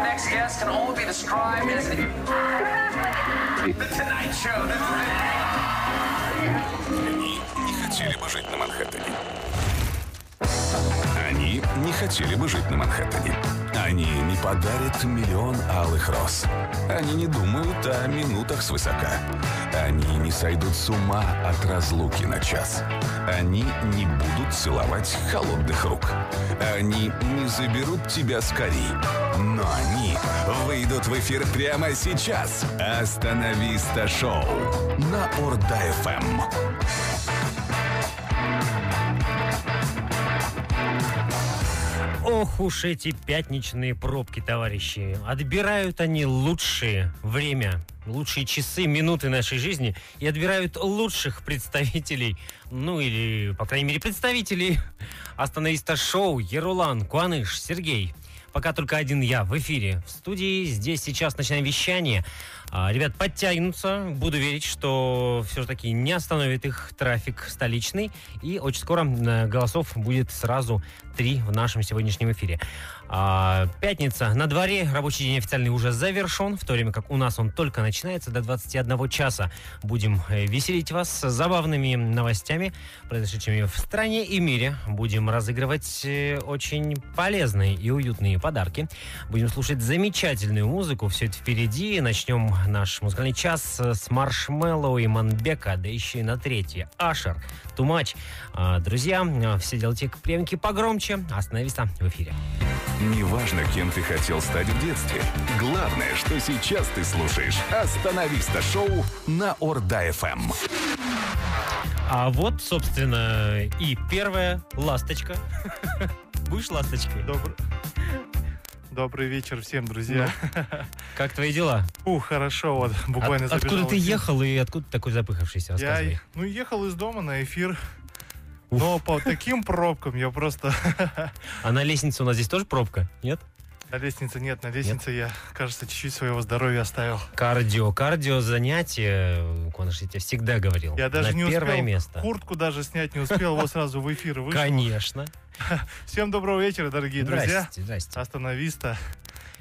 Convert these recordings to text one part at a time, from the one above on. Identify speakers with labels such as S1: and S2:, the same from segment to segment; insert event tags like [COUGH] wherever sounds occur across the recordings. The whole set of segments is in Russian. S1: next guest can only be described as the Tonight Show. That's right.
S2: Они не хотели бы жить на Манхэттене. Они не хотели бы жить на Манхэттене. Они не подарят миллион алых роз. Они не думают о минутах свысока. Они не сойдут с ума от разлуки на час. Они не будут целовать холодных рук. Они не заберут тебя скорей. Но они выйдут в эфир прямо сейчас. Остановиста шоу на Эм. Орда-ФМ.
S3: Ох уж эти пятничные пробки, товарищи. Отбирают они лучшее время, лучшие часы, минуты нашей жизни и отбирают лучших представителей, ну или, по крайней мере, представителей [LAUGHS] Остановиста шоу Ерулан, Куаныш, Сергей. Пока только один я в эфире. В студии здесь сейчас начинаем вещание. А, ребят, подтянутся. Буду верить, что все-таки не остановит их трафик столичный. И очень скоро м, голосов будет сразу три в нашем сегодняшнем эфире. А, пятница на дворе. Рабочий день официальный уже завершен, в то время как у нас он только начинается до 21 часа. Будем э, веселить вас с забавными новостями, произошедшими в стране и мире. Будем разыгрывать э, очень полезные и уютные подарки. Будем слушать замечательную музыку. Все это впереди. Начнем наш музыкальный час э, с Маршмеллоу и Манбека, да еще и на третье. Ашер, Тумач. А, Друзья, э, все делайте прямки погромче. Остановись там в эфире.
S2: Неважно, кем ты хотел стать в детстве. Главное, что сейчас ты слушаешь «Остановиста» шоу на Орда-ФМ.
S3: А вот, собственно, и первая ласточка. [LAUGHS] Будешь ласточкой?
S4: Добр- Добрый вечер всем, друзья.
S3: Как твои дела?
S4: Ух, хорошо, вот буквально
S3: От- А откуда
S4: забежал
S3: ты
S4: в эфир.
S3: ехал и откуда ты такой запыхавшийся?
S4: Я
S3: Рассказывай.
S4: ну, ехал из дома на эфир. Но по таким пробкам я просто... [LAUGHS]
S3: А на лестнице у нас здесь тоже пробка? Нет?
S4: На лестнице нет, на лестнице я, кажется, чуть-чуть своего здоровья оставил.
S3: Кардио. Кардио занятие, Коныш, я тебе всегда говорил.
S4: Я даже
S3: на
S4: не
S3: первое
S4: успел
S3: место.
S4: куртку даже снять не успел, вот сразу в эфир вышел.
S3: Конечно.
S4: Всем доброго вечера, дорогие друзья.
S3: Здрасте, здрасте.
S4: Остановиста.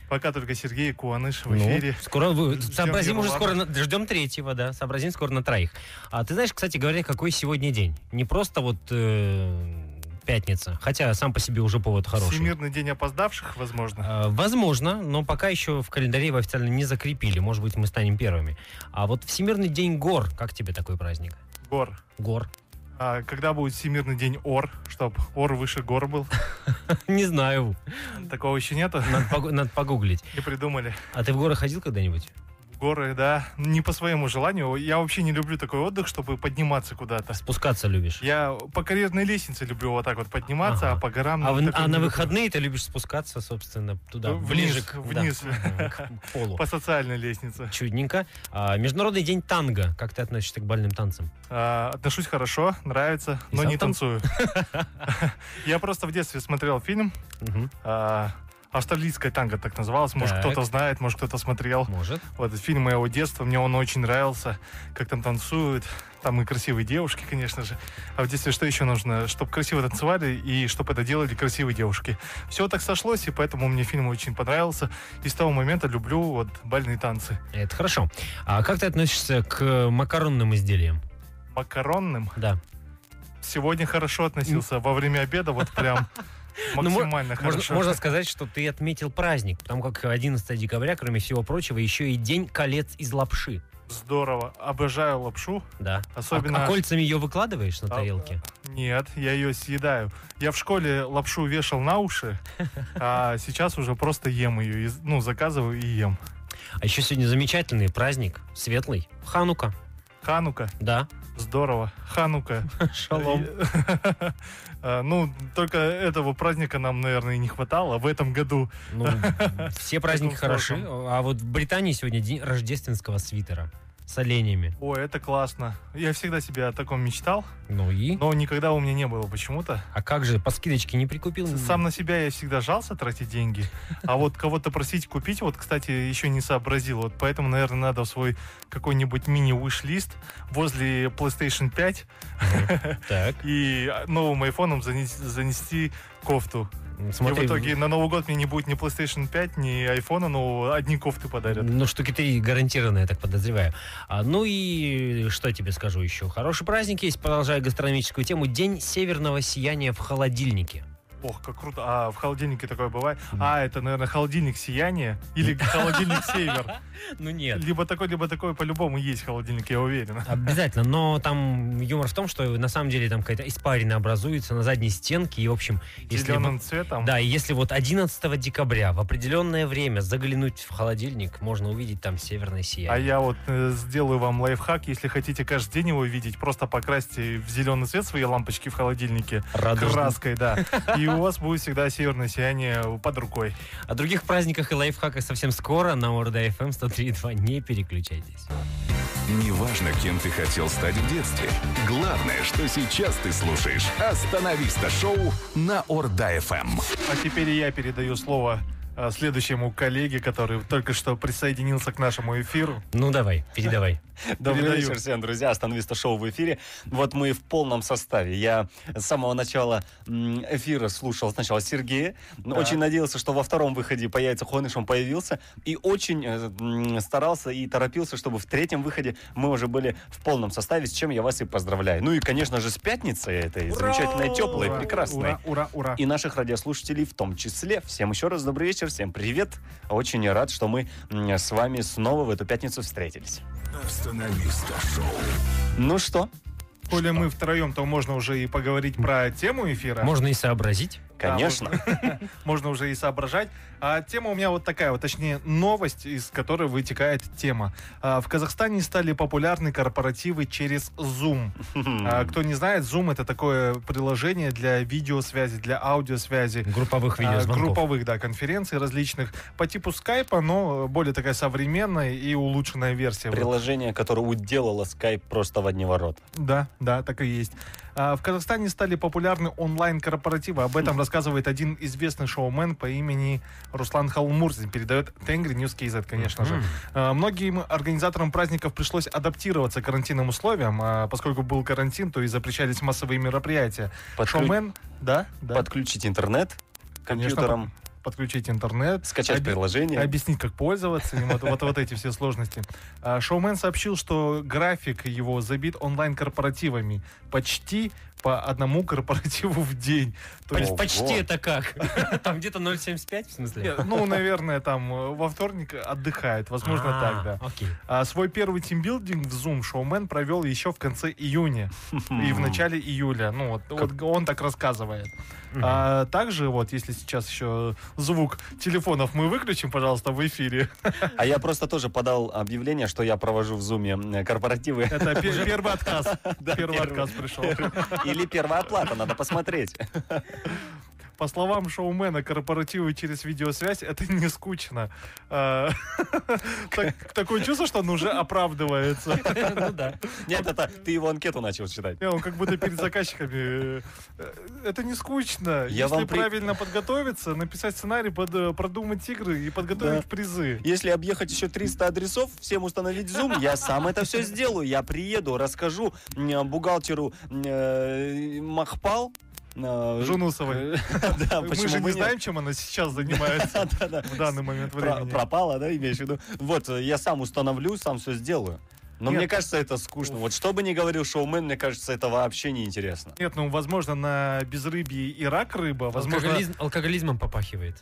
S4: Пока только Сергей Куаныш в
S3: Ну,
S4: эфире.
S3: скоро вы-
S4: Ждем
S3: сообразим
S4: его,
S3: уже скоро,
S4: ладно?
S3: на- ждем третьего, да, сообразим скоро на троих. А ты знаешь, кстати говоря, какой сегодня день? Не просто вот э, пятница, хотя сам по себе уже повод хороший.
S4: Всемирный день опоздавших, возможно.
S3: Э, Возможно, но пока еще в календаре его официально не закрепили. Может быть, мы станем первыми. А вот Всемирный день гор. Как тебе такой праздник?
S4: Гор.
S3: Гор. [LAUGHS]
S4: А когда будет Всемирный день Ор, чтоб Ор выше гор был?
S3: Не знаю.
S4: Такого еще нету, [LAUGHS]
S3: Надо, погу- надо погуглить.
S4: не придумали.
S3: А ты в горы ходил когда-нибудь?
S4: В Горы, да, не по своему желанию. Я вообще не люблю такой отдых, чтобы подниматься куда-то.
S3: Спускаться любишь?
S4: Я по карьерной лестнице люблю вот так вот подниматься,
S3: Ага.
S4: а по горам...
S3: А, в-
S4: такой
S3: а
S4: не
S3: на
S4: люблю.
S3: выходные ты любишь спускаться, собственно, туда,
S4: Вниз,
S3: ближе к, да,
S4: вниз.
S3: [LAUGHS] к к полу.
S4: По социальной лестнице.
S3: Чудненько. А, Международный день танго. Как ты относишься к бальным танцам?
S4: А, отношусь хорошо, нравится,
S3: И
S4: но
S3: сам
S4: не
S3: там? [LAUGHS]
S4: танцую. [LAUGHS] Я просто в детстве смотрел фильм
S3: Мгм.
S4: а, «Австралийская танго» так называлась. Может,
S3: Так.
S4: кто-то знает, может, кто-то смотрел.
S3: Может.
S4: Вот этот фильм моего детства, мне он очень нравился, как там танцуют, там и красивые девушки, конечно же. А в детстве что еще нужно? Чтобы красиво танцевали и чтобы это делали красивые девушки. Все так сошлось, и поэтому мне фильм очень понравился. И с того момента люблю вот бальные танцы.
S3: Это хорошо. А как ты относишься к макаронным изделиям?
S4: Макаронным
S3: Да.
S4: сегодня хорошо относился, во время обеда вот прям
S3: Ну, мо-
S4: максимально
S3: Можно,
S4: хорошо.
S3: можно сказать, что ты отметил праздник, потому как 11 декабря, кроме всего прочего, еще и день колец из лапши.
S4: Здорово. Обожаю лапшу.
S3: Да. А,
S4: Особенно-
S3: а кольцами ее выкладываешь на
S4: А,
S3: тарелке?
S4: Нет, я ее съедаю. Я в школе лапшу вешал на уши, а сейчас уже просто ем ее. из- Ну, заказываю и ем.
S3: А еще сегодня замечательный праздник, светлый. Ханука.
S4: Ханука, [LAUGHS]
S3: Да.
S4: здорово. Ханука. [LAUGHS]
S3: Шалом.
S4: А, Ну, только этого праздника нам, наверное, и не хватало в этом году.
S3: Ну, все праздники
S4: Таком
S3: хороши.
S4: сложном.
S3: А вот в Британии сегодня день рождественского свитера с оленями.
S4: Ой, это классно. Я всегда себе о таком мечтал,
S3: Ну и?
S4: но никогда у меня не было почему-то.
S3: А как же, по скидочке не прикупил?
S4: Сам на себя я всегда жался тратить деньги,
S3: [LAUGHS]
S4: а вот кого-то просить купить, вот, кстати, еще не сообразил. Вот поэтому, наверное, надо в свой какой-нибудь мини-виш-лист возле PlayStation а, 5
S3: Так.
S4: и новым айфоном занес- занести кофту.
S3: Смотри,
S4: и в итоге на Новый год мне не будет ни PlayStation 5, ни айфона, но одни кофты подарят.
S3: Ну, штуки три гарантированно, я так подозреваю. А, ну и что я тебе скажу еще? Хороший праздник есть, продолжая гастрономическую тему. День северного сияния в холодильнике.
S4: Ох, как круто. А в холодильнике такое бывает? А, это, наверное, холодильник сияния или холодильник север.
S3: Ну нет.
S4: Либо такой, либо такой по-любому есть холодильник, я уверен.
S3: Обязательно, но там юмор в том, что на самом деле там какая-то испарина образуется на задней стенке, и, в общем, если...
S4: Зеленым цветом.
S3: Да, и если вот 11 декабря в определенное время заглянуть в холодильник, можно увидеть там северное
S4: А
S3: сияние.
S4: я вот э, сделаю вам лайфхак, если хотите каждый день его видеть, просто покрасьте в зеленый цвет свои лампочки в холодильнике
S3: Радужный.
S4: краской,
S5: [LAUGHS]
S4: да. И у вас будет всегда северное сияние под рукой.
S3: О других праздниках и лайфхаках совсем скоро на Орда Эм FM 103.2. Не переключайтесь.
S2: Неважно, кем ты хотел стать в детстве. Главное, что сейчас ты слушаешь «Остановиста» шоу на Орда-ФМ.
S4: А теперь я передаю слово э, следующему коллеге, который только что присоединился к нашему эфиру.
S3: Ну давай, передавай.
S5: Добрый
S4: Передаю.
S5: вечер всем, друзья. Остановиста шоу в эфире. Вот мы в полном составе. Я с самого начала м, эфира слушал сначала Сергея. Очень надеялся, что во втором выходе появится Хоныш, он появился. И очень э, м, старался и торопился, чтобы в третьем выходе мы уже были в полном составе, с чем я вас и поздравляю. Ну и, конечно же, с пятницей этой замечательной, теплой,
S4: Ура,
S5: прекрасной.
S4: Ура, ура, ура.
S5: И наших радиослушателей в том числе. Всем еще раз добрый вечер, всем привет. Очень рад, что мы м, с вами снова в эту пятницу встретились.
S2: «Остановиста» шоу.
S5: Ну что,
S4: Коли мы втроем, то можно уже и поговорить про тему эфира.
S3: Можно и сообразить.
S5: Конечно.
S4: можно уже и соображать. А тема у меня вот такая, вот, точнее новость, из которой вытекает тема. А, в Казахстане стали популярны корпоративы через Zoom. А, кто не знает, Zoom это такое приложение для видеосвязи, для аудиосвязи.
S3: Групповых
S4: а,
S3: видеозвонков.
S4: групповых, да, конференций различных по типу скайпа, но более такая современная и улучшенная версия. Вот.
S5: Приложение, которое уделало Skype просто в одни ворота.
S4: Да, да, так и есть. А, В Казахстане стали популярны онлайн-корпоративы. Об этом рассказывает один известный шоумен по имени Руслан Халмурзин. Передает Тенгри News KZ, конечно же. А, Многим организаторам праздников пришлось адаптироваться к карантинным условиям. а Поскольку был карантин, то и запрещались массовые мероприятия.
S5: Подклю-
S4: Шоумен, да, да.
S5: Подключить интернет к
S4: Конечно,
S5: компьютерам,
S4: Подключить интернет.
S5: скачать
S4: Оби-
S5: приложение.
S4: объяснить, как пользоваться, им, вот, вот, вот эти все сложности. А, Шоумен сообщил, что график его забит онлайн-корпоративами. Почти по одному корпоративу в день. То есть,
S5: Ого.
S3: Почти это как? [LAUGHS] Там где-то 0,75 в смысле?
S4: э, ну, наверное, там э, во вторник отдыхает, возможно, так, да.
S3: А,
S4: [LAUGHS]
S3: Окей.
S4: А свой первый тимбилдинг в Zoom шоумен провел еще в конце июня и в начале июля. Ну, вот, вот он так рассказывает. А также, вот, если сейчас еще звук телефонов мы выключим, пожалуйста, в эфире.
S5: А я просто тоже подал объявление, что я провожу в зуме
S4: [LAUGHS]
S5: э, корпоративы.
S4: Это пе- первый
S5: [LAUGHS]
S4: отказ. Первый
S5: первый.
S4: отказ пришел.
S5: Или первая оплата, надо посмотреть. [LAUGHS]
S4: По словам шоумена, корпоративы через видеосвязь это не скучно. А, [LAUGHS] так- Такое чувство, что он уже оправдывается.
S3: Ну да.
S5: Нет, это ты его анкету начал читать.
S4: Не, Он как будто перед заказчиками. э, э, Это не скучно.
S5: Я
S4: Если
S5: вам при-
S4: правильно подготовиться, написать сценарий, под- э, продумать игры и подготовить призы.
S5: Если объехать еще 300 адресов, всем установить Zoom, я сам это все сделаю. Я приеду, расскажу м, бухгалтеру э, Махпал. э,
S4: Жунусовой.
S5: [LAUGHS] Да,
S4: Мы
S5: почему
S4: же
S5: бы
S4: не
S5: нет? [LAUGHS]
S4: знаем, чем она сейчас занимается в данный момент
S5: Про-
S4: времени.
S5: пропала, да, имеешь в виду? Вот, э, я сам установлю, сам все сделаю. Но
S4: Нет.
S5: мне кажется, это скучно. Вот что бы ни говорил шоумен, мне кажется, это вообще неинтересно.
S4: Нет, ну, возможно, на безрыбье и рак рыба, возможно,
S3: Алкоголизм- Алкоголизмом попахивает.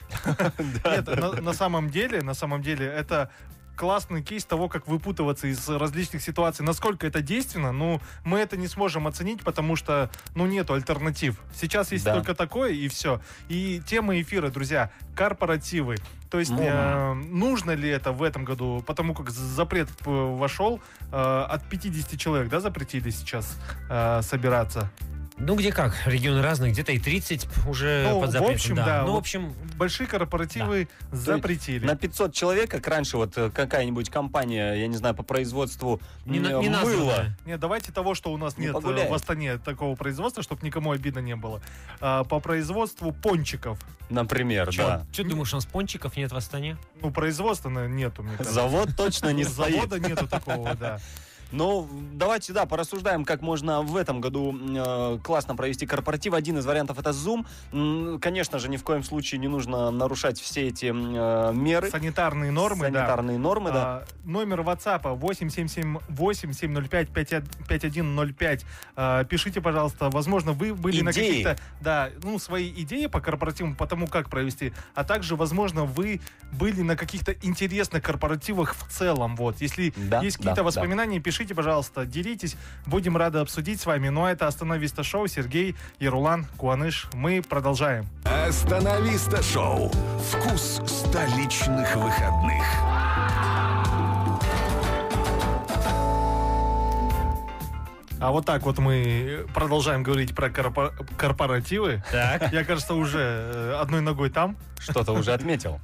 S4: Нет, на, на самом деле, на самом деле, это классный кейс того, как выпутываться из различных ситуаций. Насколько это действенно, ну, мы это не сможем оценить, потому что, ну, нету альтернатив. Сейчас есть
S5: Да.
S4: только такое, и все. И тема эфира, друзья, корпоративы. То есть,
S5: Ну.
S4: э, нужно ли это в этом году, потому как з- запрет э, вошел, э, от 50 человек, да, запретили сейчас э, собираться.
S3: Ну где как? Регионы разные. Где-то и 30 уже
S4: Ну,
S3: под
S4: в
S3: запретом.
S4: общем, да,
S3: Ну, в
S4: вот-
S3: общем,
S4: Большие корпоративы запретили.
S5: На 500 человек, как раньше, вот э, какая-нибудь компания, я не знаю, по производству
S3: не,
S5: м,
S3: на- не
S5: мыла.
S3: названо.
S4: Нет, давайте того, что у нас
S5: Не
S4: нет э,
S5: погуляет.
S4: в Астане такого производства, чтобы никому обидно не было. А, по производству пончиков.
S5: Например, да.
S3: Че думаешь, у нас пончиков нет в Астане?
S4: Ну, производства наверное, нету, мне кажется. [LAUGHS]
S5: Завод точно не стоит. [LAUGHS]
S4: Завода нету такого, да.
S5: Ну, давайте, да, порассуждаем, как можно в этом году э, классно провести корпоратив. Один из вариантов это Zoom. М, Конечно же, ни в коем случае не нужно нарушать все эти э, меры.
S4: Санитарные нормы, да.
S5: санитарные нормы, да.
S4: А, номер WhatsApp 8778-705-5105. А, пишите, пожалуйста, возможно, вы были на
S5: Идеи.
S4: каких-то, да, ну, свои идеи по корпоративам, по тому, как провести, а также, возможно, вы были на каких-то интересных корпоративах в целом, вот. Если
S5: Да,
S4: есть
S5: да,
S4: какие-то
S5: да.
S4: воспоминания, пишите, пожалуйста, делитесь, будем рады обсудить с вами. Ну, а это «Остановиста шоу», Сергей, Ярулан, Куаныш, мы продолжаем.
S2: Остановиста шоу. Вкус столичных выходных.
S4: А вот так вот мы продолжаем говорить про корпо- корпоративы.
S3: Так.
S4: Я, кажется, уже э, одной ногой там.
S5: Что-то уже отметил.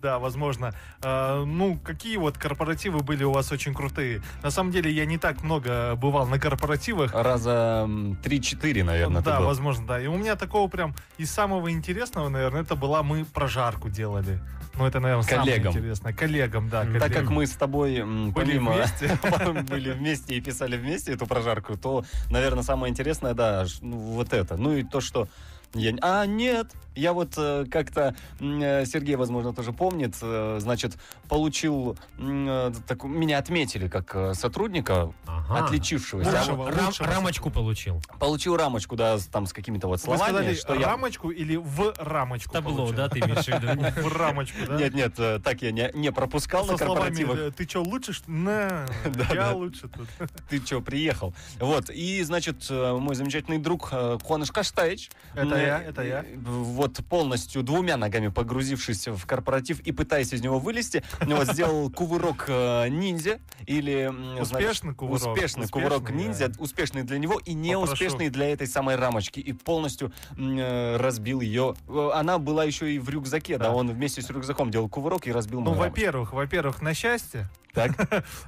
S4: Да, возможно. Э, Ну, какие вот корпоративы были у вас очень крутые? На самом деле, я не так много бывал на
S5: А,
S4: корпоративах.
S5: Раза м, 3-4, наверное, ты
S4: да,
S5: был.
S4: возможно, да. И у меня такого прям из самого интересного, наверное, это была мы прожарку делали. Ну, это, наверное,
S5: Коллегам.
S4: самое интересное. Коллегам, да.
S5: Так
S4: коллегам.
S5: как мы с тобой м,
S4: Были
S5: помимо [LAUGHS]
S4: вместе.
S5: были вместе и писали вместе эту прожарку, то, наверное, самое интересное, да, ж- ну, вот это. Ну и то, что я... н- А, нет! Я вот э, как-то, м, э, Сергей, возможно, тоже помнит, э, значит, получил, м, э, таку- меня отметили как э, сотрудника,
S4: А,
S3: Ага.
S5: отличившегося.
S3: Рам-
S4: Лучшего,
S3: рам-
S4: лучшего.
S3: рамочку получил.
S5: Получил рамочку, да, с- там с какими-то вот
S4: Вы
S5: словами,
S4: сказали
S5: что я...
S4: рамочку или в рамочку?
S3: Табло,
S4: получил?
S3: да, ты имеешь в
S4: [LAUGHS]
S3: виду?
S4: В рамочку,
S5: [LAUGHS]
S4: да?
S5: Нет, нет, э, так я не, не пропускал
S4: Со
S5: на корпоративах. Ну
S4: словами, э, ты что, лучше? что-
S5: [LAUGHS]
S4: На, я лучше тут.
S5: ты чё, приехал? Вот, и, значит, э, мой замечательный друг э, Куаныш Каштаевич.
S4: Это
S5: э,
S4: я, это я.
S5: э, Вот полностью двумя ногами погрузившись в корпоратив и пытаясь из него вылезти, ну, вот
S4: [LAUGHS]
S5: сделал кувырок э, ниндзя или... м,
S4: Успешный
S5: знаешь,
S4: кувырок.
S5: Успешный кувырок
S4: Успешный,
S5: ниндзя, успешный для него и неуспешный для этой самой рамочки. И полностью м, э, разбил ее. Она была еще и в рюкзаке, да,
S4: Да.
S5: он вместе с рюкзаком делал кувырок и разбил
S4: Ну,
S5: мою рамочку.
S4: во-первых, во-первых, на счастье. [LAUGHS]
S5: Так,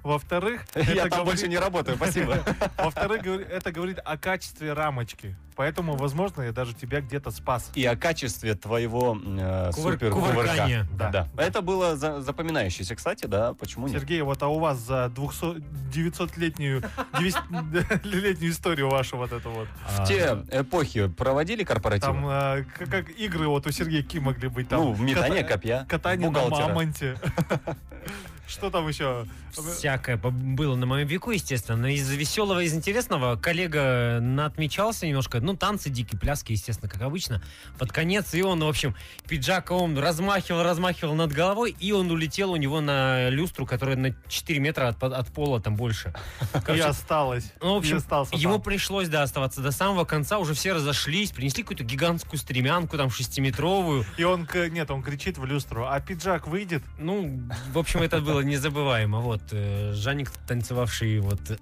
S4: Во-вторых,
S5: [LAUGHS] я
S4: это
S5: там больше
S4: говорит-
S5: не работаю, спасибо.
S4: во-вторых, говори- это говорит о качестве рамочки. Поэтому, возможно, я даже тебя где-то спас.
S5: и о качестве твоего э,
S3: Кувыр-
S5: супер
S3: кувыркания.
S5: Да.
S4: Да.
S5: Это было за- запоминающееся, кстати, да, почему нет?
S4: Сергей, вот а у вас за 200 900-летнюю [LAUGHS] 900-летнюю историю вашу вот эту вот.
S3: А,
S5: В те эпохи проводили корпоративы?
S4: а, Там э, как, как игры вот у Сергея Ки могли быть. Там
S5: Типа. ну, метание
S4: ката-
S5: копья,
S4: Катание на
S5: бухгалтера.
S4: мамонте. [LAUGHS] Что там еще?
S3: Всякое по- было на моем веку, естественно. Но из веселого, из интересного коллега отмечался немножко. Ну, танцы, дикие пляски, естественно, как обычно. Под конец, и он, в общем, пиджак он размахивал, размахивал над головой, и он улетел у него на люстру, которая на 4 метра от, по- от пола там больше.
S4: И
S3: Короче,
S4: осталось.
S3: ну, в общем,
S4: И остался
S3: Его
S4: там.
S3: пришлось, да, оставаться до самого конца. Уже все разошлись, принесли какую-то гигантскую стремянку, там, шестиметровую.
S4: И он, к- нет, он кричит в люстру, а пиджак выйдет?
S3: Ну, в общем, это было незабываемо. Вот, э, Жаник, танцевавший вот [CLEARS THROAT] э,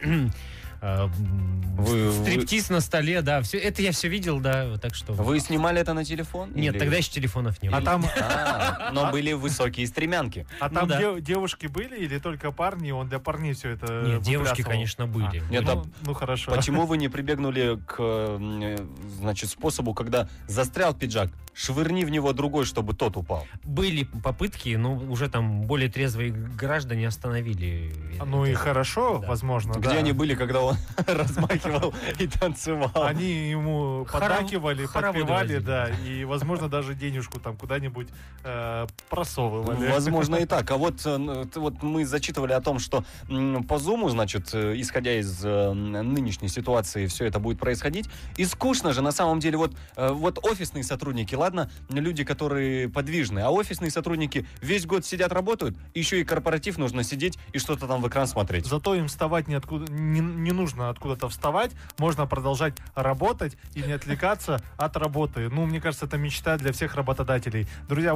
S3: м,
S5: Вы- вы-
S3: стриптиз на столе, да, все это я все видел, да, вот так что.
S5: А Вы снимали это на телефон?
S3: Нет,
S5: Или-
S3: тогда еще телефонов не
S4: А
S3: было.
S4: там,
S5: А, но были высокие стремянки.
S4: а
S3: Ну
S4: там
S3: да.
S4: дев- девушки были или только парни? и Он для парней все это
S3: Нет, девушки,
S4: выплясывал?
S3: конечно, были.
S4: А,
S5: Нет,
S4: ну,
S5: а
S4: ну хорошо.
S5: Почему вы не прибегнули к, э, значит, способу, когда застрял пиджак, швырни в него другой, чтобы тот упал?
S3: Были попытки, но уже там более трезвые граждане остановили.
S4: А, Ну и
S3: это.
S4: хорошо,
S3: Да.
S4: возможно.
S5: Где
S4: Ну да.
S5: они были, когда он [LAUGHS] размахивал и танцевал?
S4: А. Они ему
S3: Хоров-
S4: поддакивали,
S3: хороводы
S4: подпевали,
S3: возили.
S4: да, и, возможно, даже денежку там куда-нибудь э, просовывали.
S5: Возможно и так. А вот, э, н- т- вот мы зачитывали о том, что м, по Зуму, значит, э, исходя из э, н- нынешней ситуации, все это будет происходить. И скучно же, на самом деле, вот, э, вот офисные сотрудники, ладно, люди, которые подвижные, а офисные сотрудники весь год сидят, работают, еще и корпоратив нужно сидеть и что-то там в экран смотреть.
S4: Зато им вставать ниоткуда, не, не нужно откуда-то вставать, можно продолжать работать и не отвлекаться от работы. Ну, мне кажется, это мечта для всех работодателей. Друзья,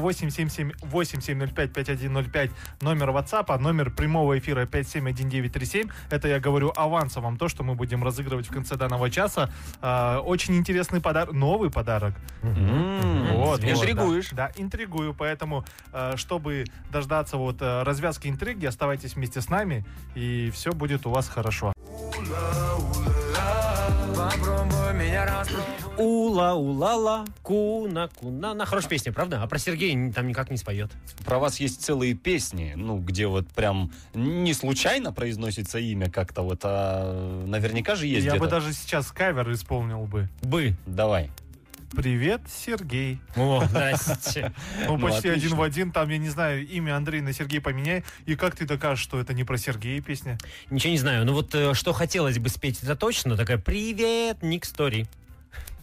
S4: 877-8705-5105, номер WhatsApp, а номер прямого эфира 571937. Это я говорю авансом вам то, что мы будем разыгрывать в конце данного часа. А, очень интересный подарок, новый подарок.
S5: М,
S4: Вот, вот,
S5: Интригуешь.
S4: да, да, интригую, поэтому, э, чтобы дождаться вот э, развязки интриги, оставайтесь вместе с нами, и все будет у вас хорошо.
S1: Попробуй меня раз.
S3: Ула, улала, куна, куна. На хорошая песня, правда? А про Сергея н- там никак не споет.
S5: Про вас есть целые песни, ну, где вот прям не случайно произносится имя как-то вот, а наверняка же есть
S4: Я
S5: где-то.
S4: бы даже сейчас кавер исполнил бы.
S3: Бы.
S5: Давай.
S4: Привет,
S3: [LAUGHS]
S4: Сергей.
S3: О, здрасте.
S4: Ну,
S5: Ну,
S4: почти
S5: отлично.
S4: один в один. Там, я не знаю, имя Андрей на Сергей поменяй. И как ты докажешь, что это не про Сергея песня?
S3: Ничего не знаю. Ну вот э, что хотелось бы спеть, это точно. Такая «Привет, Ник Стори».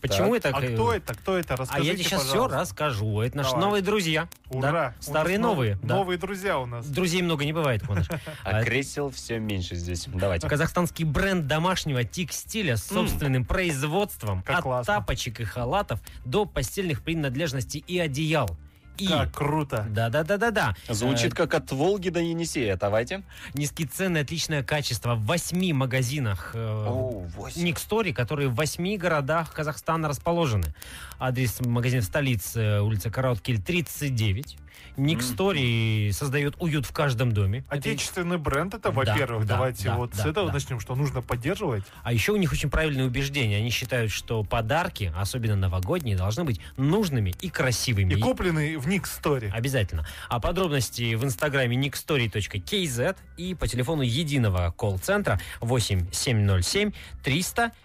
S3: Почему это?
S4: А кто это? Кто это?
S3: А
S4: Расскажите,
S3: я тебе сейчас все
S4: пожалуйста.
S3: расскажу. Это наши
S4: Давай.
S3: новые друзья. Да.
S4: Ура! У нас
S3: Старые
S4: нов-
S3: новые. да.
S4: Новые друзья у нас.
S3: Друзей много не бывает,
S4: [LAUGHS]
S3: Коныш.
S5: А
S3: А,
S5: кресел все меньше здесь. Давайте.
S3: Казахстанский бренд домашнего текстиля с собственным производством
S4: Как
S3: от
S4: классно.
S3: тапочек и халатов до постельных принадлежностей и одеял. И
S4: Как круто.
S3: да-да-да-да-да.
S5: Э, Звучит как от Волги до Енисея. Давайте.
S3: Э, Низкие цены, отличное качество в восьми магазинах э,
S5: О, восемь.
S3: Ник Стори, которые в восьми городах Казахстана расположены. Адрес магазина в столице, улица Карауткель, 39. Ник Стори создает уют в каждом доме. Это-
S4: Отечественный бренд это,
S3: Да,
S4: во-первых,
S3: да,
S4: давайте
S3: да,
S4: вот с
S3: да,
S4: этого
S3: да.
S4: начнем, что нужно поддерживать.
S3: А еще у них очень правильные убеждения. Они считают, что подарки, особенно новогодние, должны быть нужными и красивыми.
S4: И купленный в Ник Стори.
S3: Обязательно. А подробности в инстаграме nickstory.kz и по телефону единого колл-центра 8707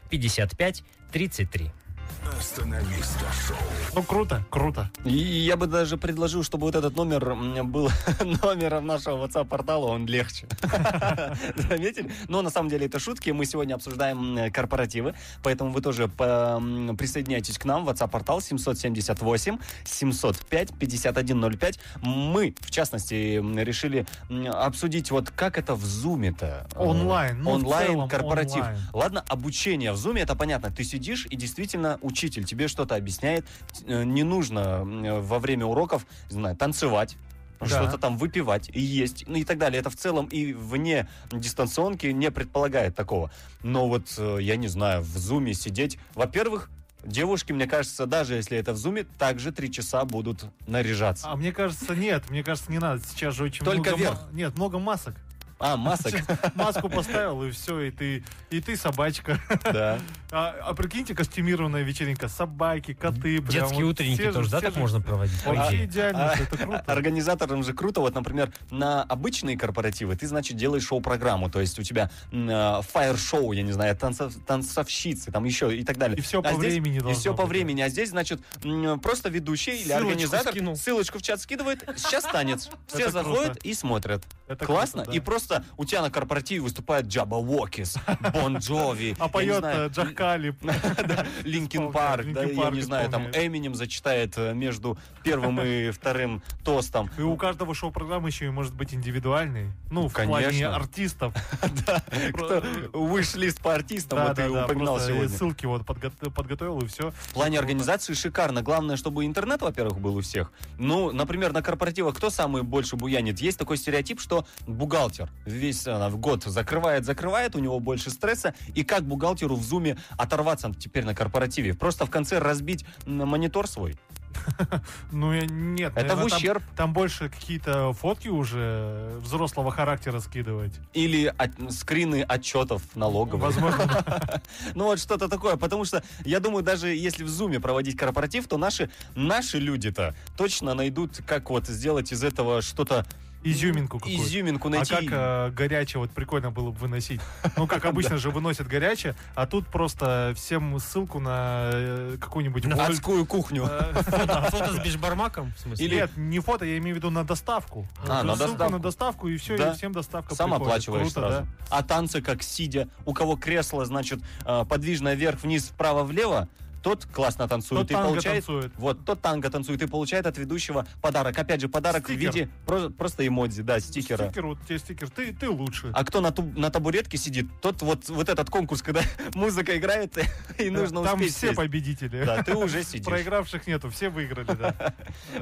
S3: 355 33.
S2: Остановиста шоу.
S4: Ну круто, круто.
S5: И я бы даже предложил, чтобы вот этот номер м, был [LAUGHS] номером нашего WhatsApp-портала, он легче. [LAUGHS] Заметили? Но на самом деле это шутки. Мы сегодня обсуждаем э, корпоративы, поэтому вы тоже по- м, присоединяйтесь к нам. WhatsApp-портал 778-705-5105. Мы, в частности, м, решили м, обсудить вот как это в Zoom-то. э,
S4: Онлайн, ну, в
S5: онлайн
S4: целом
S5: корпоратив.
S4: онлайн.
S5: Ладно, обучение в Зуме, это понятно. Ты сидишь, и действительно учитель тебе что-то объясняет. Э, Не нужно э, во время уроков, не знаю, танцевать.
S4: Да.
S5: Что-то там выпивать и есть, ну и так далее. Это в целом и вне дистанционки не предполагает такого. Но вот, э, я не знаю, в зуме сидеть. Во-первых, девушки, мне кажется, даже если это в зуме, также три часа будут наряжаться.
S4: А мне кажется, нет, мне кажется, не надо. Сейчас же очень
S5: Только
S4: много... ма-
S5: вверх.
S4: Нет, много масок.
S5: А, масок.
S4: [LAUGHS] Сейчас Маску поставил, и все, и ты, и ты собачка.
S5: Да.
S4: А, а прикиньте, костюмированная вечеринка. Собаки, коты. прям
S3: Детские
S4: вот
S3: утренники
S4: все
S3: тоже,
S4: же-
S3: да,
S4: все
S3: так
S4: же-
S3: можно проводить? по идее?
S4: Вообще
S5: А,
S4: идеально, это круто.
S5: Организаторам же круто, вот, например, на обычные корпоративы ты, значит, делаешь шоу-программу, то есть у тебя м, э, фаер-шоу, я не знаю, танцов- танцовщицы, там еще и так далее.
S4: И всё
S5: А
S4: по
S5: здесь-
S4: времени
S5: И
S4: должно
S5: все по
S4: быть, да.
S5: времени, а здесь, значит, м, просто ведущий или
S4: Ссылочку
S5: организатор
S4: скинул.
S5: ссылочку в чат скидывает, сейчас танец.
S4: [LAUGHS]
S5: Все
S4: Это
S5: заходят
S4: круто.
S5: и смотрят.
S4: Это
S5: Классно.
S4: круто, да.
S5: И просто у тебя на корпоративе выступает Джаба Уокис,
S4: [LAUGHS]
S5: Бон Джови. я
S4: А
S5: не
S4: поет [LAUGHS]
S5: знаю, [LAUGHS]
S4: э, Джах Калиб.
S5: Линкин
S4: Исполняет,
S5: Парк, да,
S4: Линкин
S5: я
S4: Парк
S5: не знаю, там
S4: исполняет.
S5: Эминем зачитает э, между первым
S4: [LAUGHS]
S5: и вторым тостом.
S4: И у каждого шоу-программы еще и может быть индивидуальный. Ну, в плане
S5: конечно.
S4: артистов.
S5: Да, кто выш-лист по артистам, вот ты упоминал
S4: просто
S5: сегодня.
S4: Ссылки вот подго- подготовил и все.
S5: В плане организации шикарно. Главное, чтобы интернет, во-первых, был у всех. Ну, например, на корпоративах кто самый больше буянит? Есть такой стереотип, что бухгалтер весь она, в год закрывает, закрывает, у него больше стресса. И как бухгалтеру в зуме оторваться теперь на корпоративе? Просто в конце разбить м, монитор свой?
S4: Ну, я- нет.
S5: Это
S4: наверное,
S5: в
S4: там-
S5: ущерб.
S4: Там больше какие-то фотки уже взрослого характера скидывать.
S5: Или от- скрины отчетов налоговых.
S4: Возможно.
S5: Ну вот что-то такое, потому что я думаю, даже если в зуме проводить корпоратив, то наши, наши люди-то точно найдут, как вот сделать из этого что-то... [LAUGHS]
S4: Изюминку какую-то.
S5: Изюминку
S4: А
S5: найти.
S4: как э, горячее, вот прикольно было бы выносить. Ну,
S5: [LAUGHS]
S4: как обычно же выносят горячее, а тут просто всем ссылку на э, какую-нибудь...
S5: На
S4: Вольт.
S5: адскую кухню.
S4: Э,
S3: Фото, фото с бешбармаком, в смысле?
S5: [LAUGHS] Или-
S4: Нет, не фото, я имею в виду на доставку.
S5: А,
S4: Вот
S5: на
S4: ссылку
S5: доставку.
S4: на доставку, и все,
S5: Да.
S4: и всем доставка
S5: Сам
S4: приходит.
S5: оплачиваешь
S4: Круто,
S5: сразу. А танцы как сидя. У кого кресло, значит, э, подвижное вверх-вниз, вправо-влево, тот классно танцует
S4: Тот
S5: и
S4: танго
S5: получает...
S4: танцует.
S5: Вот, тот танго танцует и получает от ведущего подарок. Опять же, подарок в
S4: Стикер.
S5: виде про- просто эмодзи, да,
S4: да.
S5: стикера.
S4: Стикер, вот тебе стикер, ты, ты лучше.
S5: А кто на, ту- на табуретке сидит, тот вот, вот этот конкурс, когда [LAUGHS] музыка играет, [LAUGHS] и нужно
S4: Э, Там
S5: успеть
S4: все
S5: сесть.
S4: победители. [LAUGHS]
S5: Да, ты уже сидишь.
S4: Проигравших нету, все выиграли, да.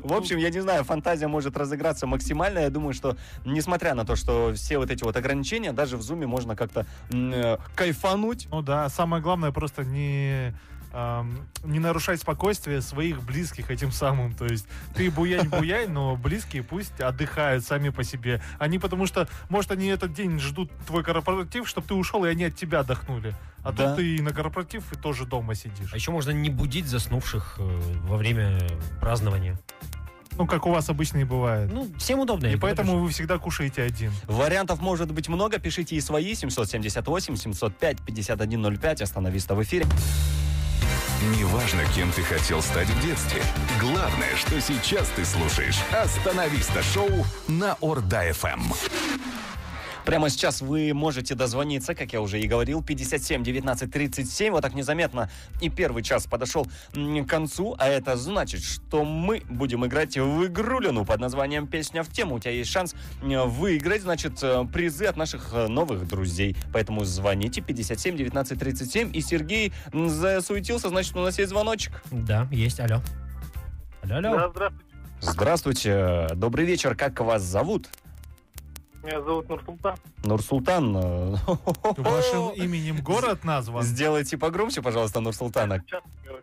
S5: В общем, я не знаю, фантазия может разыграться максимально. Я думаю, что несмотря на то, что все вот эти вот ограничения, даже в зуме можно как-то м, э, кайфануть.
S4: Ну да, самое главное просто не эм, не нарушать спокойствие своих близких этим самым. То есть ты буянь-буянь, но близкие пусть отдыхают сами по себе. Они потому что, может, они этот день ждут твой корпоратив, чтобы ты ушел, и они от тебя отдохнули. А
S5: Да.
S4: тут ты и на корпоратив, и тоже дома сидишь.
S3: А еще можно не будить заснувших э, во время празднования.
S4: Ну, как у вас обычно и бывает.
S3: Ну, всем удобно.
S4: И
S3: это
S4: поэтому вы всегда кушаете один.
S5: Вариантов может быть много. Пишите и свои. 778 705 5105. Остановиста в эфире.
S2: Неважно, кем ты хотел стать в детстве. Главное, что сейчас ты слушаешь «Остановиста» шоу на Орда-ФМ.
S5: Прямо сейчас вы можете дозвониться, как я уже и говорил, 57 19 37. Вот так незаметно и первый час подошел м, к концу. А это значит, что мы будем играть в игрулину под названием «Песня в тему». У тебя есть шанс м, выиграть, значит, э, призы от наших э, новых друзей. Поэтому звоните 57 19 37. И Сергей м, засуетился, значит, у нас есть звоночек.
S3: же- Да, есть. Алло. Алло, алло.
S6: Да, здравствуйте.
S5: Здравствуйте, добрый вечер, как вас зовут?
S6: Меня зовут Нурсултан.
S5: Нурсултан. э, [LAUGHS]
S4: Вашим именем город назван.
S5: Сделайте погромче, пожалуйста, Нурсултана.
S6: Сейчас, говорю.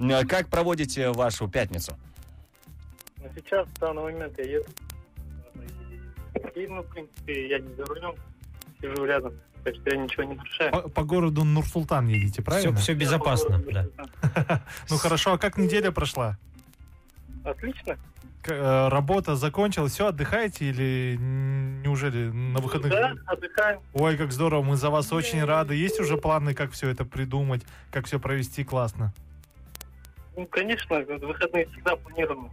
S5: А Как проводите вашу пятницу?
S6: Но сейчас, в данный момент, я еду. И, ну, в принципе, я не за рулем. Сижу рядом. Так что я ничего не нарушаю.
S4: По, по городу Нурсултан
S3: Все,
S4: едете, правильно?
S3: безопасно. Да.
S4: Ну хорошо, а как неделя прошла?
S6: Отлично.
S4: К- э, работа закончилась, все, отдыхаете или м, неужели на выходных?
S6: Да, отдыхаем.
S4: Ой, как здорово, мы за вас очень рады. Есть уже планы, как все это придумать, как все провести классно?
S6: Ну, конечно, выходные всегда планированы.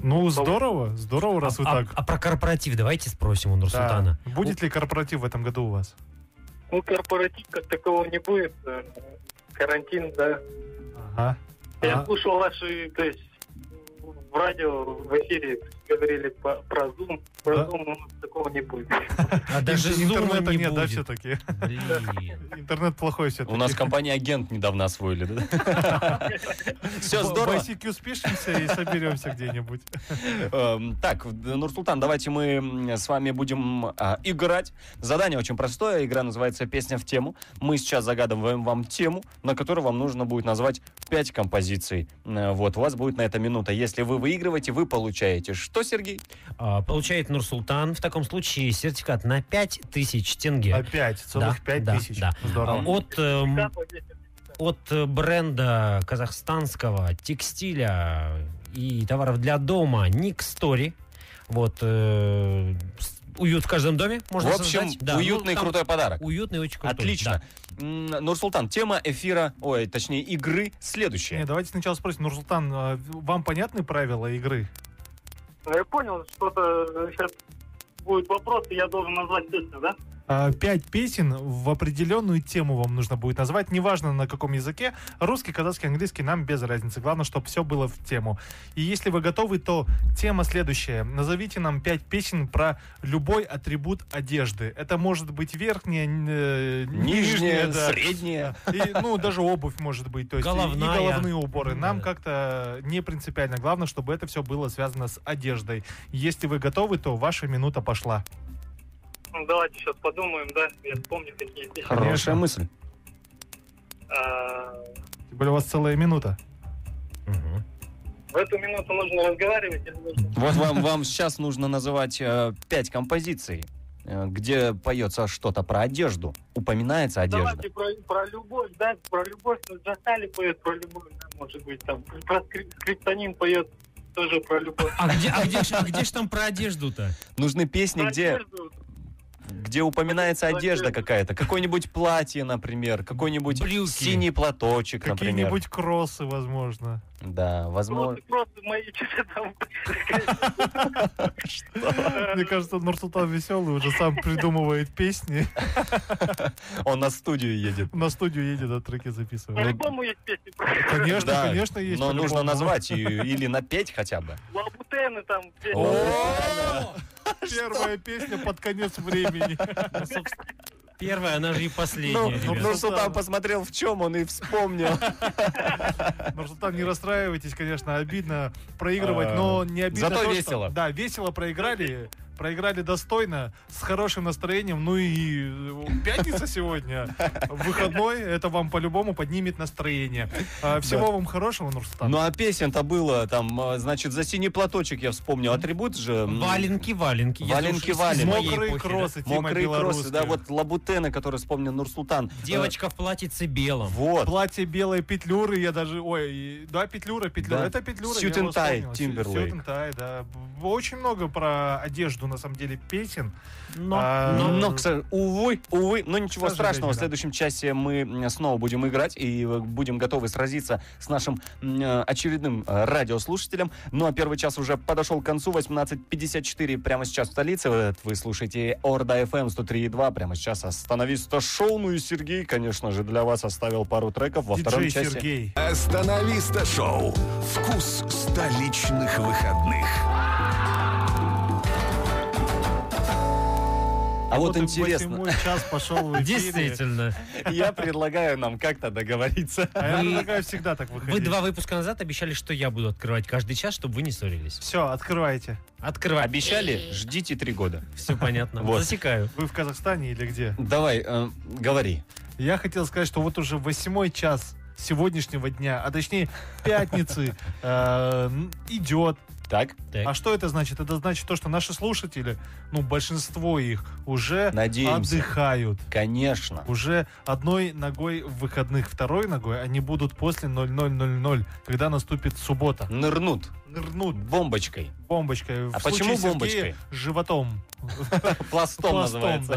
S4: Ну, здорово, здорово, раз вы
S3: а,
S4: так.
S3: а про корпоратив давайте спросим у
S4: Да.
S3: Нурсултана.
S4: Будет ли корпоратив в этом году у вас?
S6: Ну, корпоратив как такого не будет. Э, Карантин, да.
S4: Ага.
S6: Я
S4: А,
S6: слушал ваши, то есть, в радио, в эфире говорили по- про Zoom. Про
S4: Да.
S6: Zoom у нас такого не будет.
S3: А даже
S4: ин-
S3: зума
S4: интернета
S3: не
S4: нет, да,
S3: будет.
S4: все-таки?
S3: Блин.
S4: [LAUGHS] Интернет плохой все-таки.
S5: У нас компания агент недавно
S3: [LAUGHS]
S5: освоили, да? Все здорово.
S4: В ICQ спишемся и соберемся где-нибудь.
S5: Эм, Так, в- Нурсултан, давайте мы м, с вами будем а, играть. Задание очень простое. Игра называется «Песня в тему». Мы сейчас загадываем вам тему, на которую вам нужно будет назвать 5 композиций. Э, Вот, у вас будет на это минута. Если вы выигрываете, вы получаете что, Сергей?
S3: А, Получает Нурсултан в таком случае сертификат на 5000 тенге.
S4: Опять, целых
S3: Да,
S4: пять
S3: да,
S4: тысяч.
S3: да.
S4: Здорово.
S3: От, эм,
S6: Да, по 10.
S3: от э, бренда казахстанского текстиля и товаров для дома Ник Story. Вот э, с- уют в каждом доме можно
S5: в общем,
S3: создать. Да, ну,
S5: уютный
S3: там
S5: крутой подарок.
S3: Уютный, очень крутой.
S5: Отлично. М, Нурсултан, тема эфира, ой, точнее, игры
S4: Не,
S5: следующая.
S4: давайте сначала спросим, Нурсултан, а вам понятны правила игры?
S6: Ну, я понял, что-то сейчас будет вопрос, и я должен назвать песню, да?
S4: А, Пять песен в определенную тему вам нужно будет назвать, неважно на каком языке, русский, казахский, английский, нам без разницы. Главное, чтобы все было в тему. И если вы готовы, то тема следующая. Назовите нам пять песен про любой атрибут одежды. Это может быть верхняя, н- э,
S5: Нижняя,
S4: да.
S5: средняя.
S4: И, ну, даже обувь может быть, то есть и-
S3: Головная.
S4: и головные уборы. Нам
S3: Да.
S4: как-то не принципиально. Главное, чтобы это все было связано с одеждой. Если вы готовы, то ваша минута пошла.
S6: Ну, давайте сейчас подумаем, да, я вспомню, какие песни.
S5: Хорошая мысль.
S6: А,
S4: Тем более у вас целая минута.
S3: Да. Мгм.
S6: в эту минуту нужно разговаривать или нужно...
S5: Вот вам, вам сейчас нужно называть э, пять композиций, э, где поется что-то про одежду. Упоминается одежда.
S6: Давайте про, про любовь, да, про любовь. Ну, Джастали поет про любовь, да, может быть, там. Про скрип- скриптонин поет тоже про любовь.
S3: А где, а, где ж, а где ж там про одежду-то?
S5: Нужны песни,
S6: Про
S5: где,
S6: одежду,
S5: где упоминается одежда какая-то. Какое-нибудь платье, например. Какой-нибудь
S3: Брюки.
S5: синий платочек, например.
S4: Какие-нибудь кроссы, возможно.
S5: Да, возможно.
S6: Просто, просто мои что-то там... Э,
S4: Мне кажется, Нурсултан веселый уже сам придумывает песни.
S5: Он на студию едет.
S4: На студию едет, а треки записывает.
S6: По-любому есть песни про...
S4: Конечно,
S5: Да,
S4: конечно, есть.
S5: Но
S4: по-любому.
S5: нужно назвать ее или напеть хотя бы.
S6: Лабутены там песни.
S5: О!
S4: Первая песня под конец времени. Ну,
S3: Первая, она же и последняя.
S5: Ну,
S3: ребят.
S5: ну, Султан посмотрел, в чем он и вспомнил.
S4: Нурсултан, не расстраивайтесь, конечно, обидно проигрывать,
S5: А,
S4: но не обидно.
S5: зато
S4: то, что-
S5: весело.
S4: Да, весело проиграли. проиграли достойно, с хорошим настроением, ну и э, пятница сегодня, выходной, это вам по-любому поднимет настроение. А, Всего вам хорошего, Нурстан.
S5: Ну а песен-то было там, э, значит, за синий платочек я вспомнил. Атрибут же... м,
S3: Валенки, валенки. Я
S5: ну, Валенки,
S3: слушаю, с
S5: валенки.
S3: моей
S4: Мокрые
S3: эпохи, да.
S4: кроссы, Тима
S5: а, Мокрые кроссы, да,
S4: Белорусских.
S5: вот лабутены, которые вспомнил Нурсултан. Э,
S3: Девочка в платьице белом.
S5: Вот.
S4: Платье белое, петлюры, я даже... Ой, и- да, петлюра, петлюра.
S5: Да.
S4: Это петлюра.
S5: Suit and tie, Timberlake.
S4: Сютентай, да. Б- Очень много про одежду, на самом деле, песен.
S3: Но,
S4: А,
S5: Но,
S3: но,
S5: к сожалению, увы, увы, но ничего
S4: К сожалению,
S5: страшного. В
S4: да.
S5: следующем часе мы м, снова будем играть и э, будем готовы сразиться с нашим м, э, очередным э, радиослушателем. Ну а первый час уже подошел к концу. 18.54 прямо сейчас в столице. Вот Вы слушаете Орда Эм FM 103.2. Прямо сейчас остановись. Это шоу. Ну и Сергей, конечно же, для вас оставил пару треков во втором
S4: Диджей
S5: часе.
S4: Сергей.
S2: Остановиста шоу. Вкус столичных выходных.
S5: А вот
S4: и
S5: интересно,
S4: восьмой час пошел в эфире.
S3: действительно.
S5: я предлагаю нам как-то договориться.
S4: А я
S3: Вы-
S4: предлагаю всегда так выходить.
S3: Вы два выпуска назад обещали, что я буду открывать каждый час, чтобы вы не ссорились.
S4: Все, открывайте.
S3: Открывать.
S5: Обещали? Ждите три года.
S3: Все понятно.
S5: Вот.
S3: Засекаю.
S4: Вы в Казахстане или где?
S5: Давай, э, говори.
S4: Я хотел сказать, что вот уже восьмой час сегодняшнего дня, а точнее пятницы, э, н- идет.
S5: Так,
S3: Так.
S4: А что это значит? Это значит то, что наши слушатели, ну, большинство их уже
S5: Надеемся.
S4: отдыхают.
S5: конечно.
S4: Уже одной ногой в выходных, второй ногой они будут после 00.00, когда наступит суббота.
S5: Нырнут
S4: Нырнут
S5: бомбочкой.
S4: бомбочкой. В
S5: А
S4: случае
S5: почему
S4: Сергея
S5: бомбочкой?
S4: Животом.
S5: [LAUGHS] Пластом называется.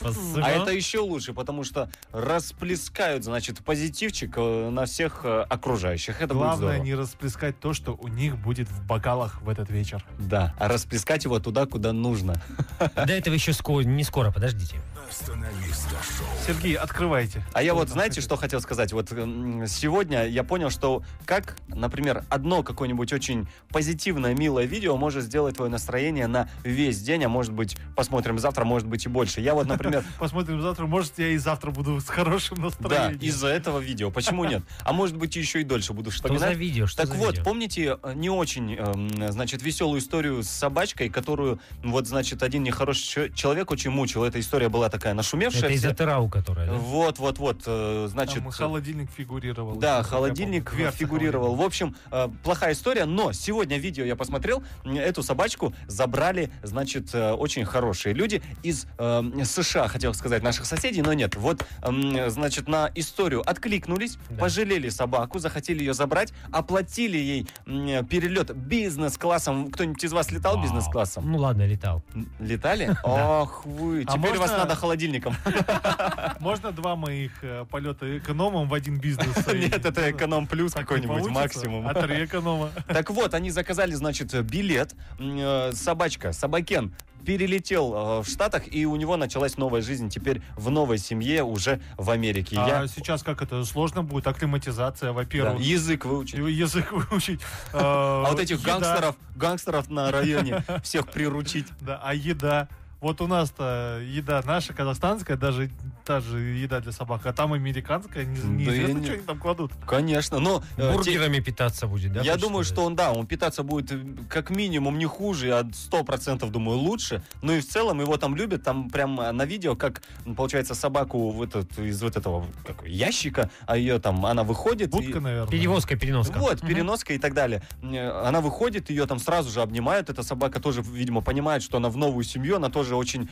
S4: да.
S5: [LAUGHS] А это еще лучше, потому что расплескают, значит, позитивчик э, на всех э, окружающих. Это
S4: Главное
S5: будет
S4: не расплескать то, что у них будет в бокалах в этот вечер.
S5: здорово. Да, а расплескать его туда, куда нужно.
S3: А До этого еще ско- не скоро, подождите.
S2: Остановиста шоу.
S4: Сергей, открывайте.
S5: А я
S4: Что
S5: вот,
S4: там
S5: знаете,
S4: хотите?
S5: что хотел сказать? Вот м, сегодня я понял, что как, например, одно какое-нибудь очень позитивное, милое видео может сделать твое настроение на весь день, а может быть, посмотрим завтра, может быть и больше. Я вот, например,
S4: [LAUGHS] Посмотрим завтра. Может, я и завтра буду с хорошим
S5: да,
S4: настроением.
S5: из-за этого видео. Почему нет? А может быть, еще и дольше буду
S3: Что за
S5: вспоминать.
S3: видео? Что
S5: Так
S3: за
S5: вот,
S3: видео?
S5: помните э, не очень, эм, значит, веселую историю с собачкой, которую, вот, значит, один нехороший чё- человек очень мучил. Эта история была такая нашумевшая.
S3: Это
S5: вся.
S3: из-за Тарау, которая, да?
S5: Вот, вот, вот, э, значит...
S4: Там и холодильник фигурировал.
S5: Да,
S4: Я
S5: холодильник
S4: помню, дверца
S5: фигурировал. В общем, э, плохая история, но сегодня видео я посмотрел, м, эту собачку забрали, значит, э, очень хорошие люди из э, США, хотел сказать, наших соседей, но нет. Вот, эм, значит, на историю откликнулись,
S3: Да.
S5: пожалели собаку, захотели ее забрать, оплатили ей м, перелет бизнес-классом. Кто-нибудь из вас летал
S3: Вау.
S5: бизнес-классом?
S3: Ну ладно, летал.
S5: М, [LAUGHS] Летали? Ох вы,
S4: А
S5: теперь вас
S4: можно-
S5: надо холодильником.
S4: холодильник. Можно два моих э, полета экономом в один
S5: [LAUGHS]
S4: бизнес?
S5: [LAUGHS] Нет, это эконом плюс какой-нибудь максимум.
S4: А три
S5: [LAUGHS]
S4: эконома.
S5: Так вот, они заказали, значит, билет. М, э, Собачка, собакен перелетел э, в Штатах, и у него началась новая жизнь теперь в новой семье уже в Америке.
S4: А
S5: Я
S4: сейчас как это? Сложно будет акклиматизация,
S5: да,
S4: во-первых.
S5: язык выучил.
S4: Его Язык [LAUGHS] выучить.
S5: А вот этих гангстеров, гангстеров на районе всех приручить.
S4: Да, а еда? Вот у нас-то еда наша, казахстанская, даже та же еда для собак, а там американская, не,
S5: Да я
S4: неизвестно,
S5: не-
S4: что они там кладут.
S5: Конечно, но э, те-
S3: Бургерами питаться будет, да?
S5: я
S3: хочешь
S5: думаю, что
S3: сказать?
S5: он, да, он питаться будет э, как минимум не хуже, а 100% думаю лучше. Ну и в целом его там любят, там прямо на видео, как м, получается собаку в этот, из вот этого как его, ящика, а ее там, она выходит. и-
S4: Будка, наверное.
S3: Перевозка, переноска.
S5: Вот, переноска и так далее. Э, Она выходит, ее там сразу же обнимают. Эта собака тоже, видимо, понимает, что она в новую семью. Она тоже очень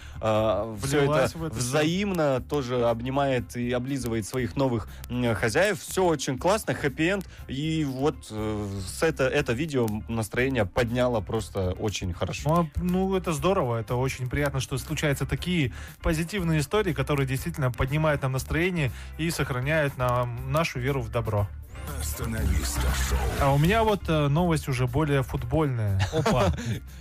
S5: все это,
S4: Влилась в это всё.
S5: взаимно тоже обнимает и облизывает своих новых м, хозяев. Все очень классно, хэппи-энд. И вот э, с это, это видео настроение подняло просто очень хорошо.
S4: Ну, а, ну, это здорово, это очень приятно, что случаются такие позитивные истории, которые действительно поднимают нам настроение и сохраняют нам нашу веру в добро.
S2: Остановиста шоу.
S4: А у меня вот э, новость уже более футбольная.
S5: [LAUGHS]
S3: Опа.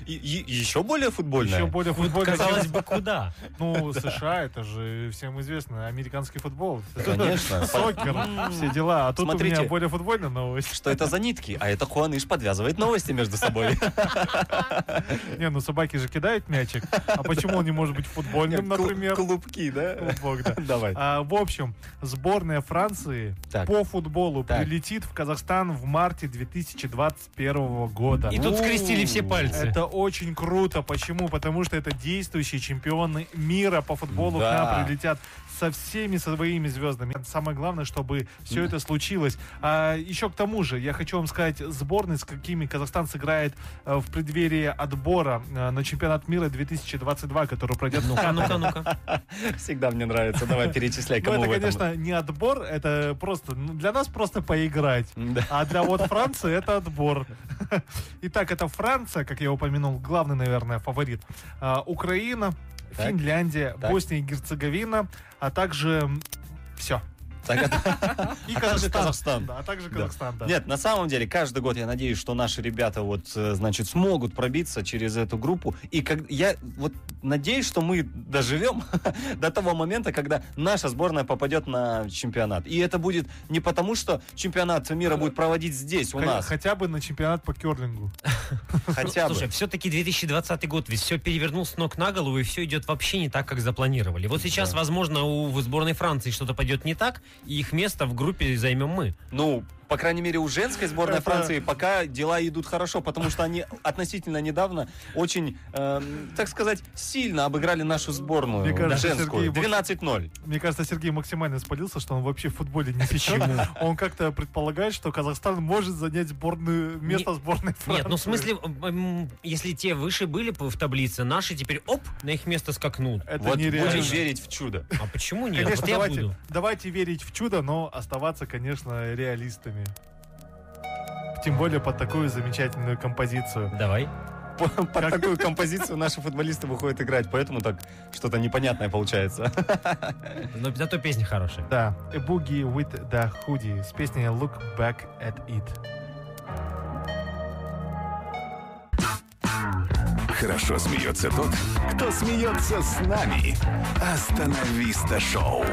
S5: И, еще более
S4: [LAUGHS]
S5: футбольное.
S4: Еще более футбольная.
S3: Казалось
S4: чем-
S3: бы, куда?
S4: Ну, США, это же всем известно, американский футбол.
S5: Конечно.
S4: Сокер, все дела. А тут у
S5: Смотрите.
S4: меня более футбольная новость.
S5: Что это за нитки? А это Хуаныш подвязывает новости
S4: [LAUGHS]
S5: между собой.
S4: Не, ну собаки же кидают мячик. А почему он не может быть футбольным, Ну, например?
S5: Клубки, да?
S4: Клубок, да.
S5: Давай.
S4: А, в общем, сборная Франции
S5: Так.
S4: по футболу
S5: Так.
S4: прилетит в Казахстан в марте 2021 года.
S3: И тут скрестили все пальцы.
S4: Это очень круто. Почему? Потому что это действующие чемпионы мира по футболу к
S5: Да.
S4: нам прилетят со всеми своими звездами. Самое главное, чтобы все это случилось. А еще к тому же, я хочу вам сказать, сборные, с какими Казахстан сыграет э, в преддверии отбора э, на чемпионат мира 2022, который пройдет
S5: Ну,
S4: в
S3: А Ну-ка, ну-ка, ну-ка.
S5: Всегда мне нравится. Давай перечисляй,
S4: ну,
S5: кому
S4: это,
S5: в этом-
S4: конечно, не отбор, это просто ну, для нас просто поиграть.
S5: Да.
S4: А для вот Франции это отбор. [LAUGHS] Итак, это Франция, как я упомянул, главный, наверное, фаворит. А, Украина,
S5: Так.
S4: Финляндия,
S5: Так.
S4: Босния и Герцеговина, а также все.
S5: Так, это-
S4: И
S5: А также Казахстан.
S4: Да, а также
S5: Да.
S4: Казахстан, да.
S5: Нет, на самом деле, каждый год я надеюсь, что наши ребята вот, э, значит, смогут пробиться через эту группу. И как, я вот надеюсь, что мы доживем [LAUGHS] до того момента, когда наша сборная попадет на чемпионат. И это будет не потому, что чемпионат мира будет проводить здесь, у
S4: Хо-
S5: нас.
S4: Хотя бы на чемпионат по керлингу.
S5: [LAUGHS] Хотя бы.
S3: Слушай, все-таки 2020 год, ведь все перевернул с ног на голову, и все идет вообще не так, как запланировали. Вот сейчас, возможно, у сборной Франции что-то пойдет не так, и их место в группе займем мы.
S5: Ну, по крайней мере, у женской сборной
S4: Это-
S5: Франции пока дела идут хорошо, потому что они относительно недавно очень, эм, так сказать, сильно обыграли нашу сборную
S4: Мне кажется, Сергей,
S5: женскую.
S4: вот-
S5: 12-0.
S4: Мне кажется, Сергей максимально спалился, что он вообще в футболе ни к чему. Он как-то предполагает, что Казахстан может занять сборную, место
S3: Не-
S4: сборной Франции.
S3: Нет, ну в смысле, м, если те выше были в таблице, наши теперь оп, на их место скакнут.
S4: Это
S5: Вот
S4: нереально.
S5: будем верить в чудо.
S3: А почему нет?
S4: Конечно,
S3: Вот я
S4: давайте,
S3: буду.
S4: давайте верить в чудо, но оставаться, конечно, реалистами. Тем более под такую замечательную композицию.
S3: Давай.
S5: По- Под такую композицию наши футболисты выходят играть, поэтому так что-то непонятное получается.
S3: Но зато песня хорошая.
S4: Да, A Boogie with the Hoodie с песней Look Back at It.
S2: Хорошо смеется тот, кто смеется с нами. Остановиста шоу.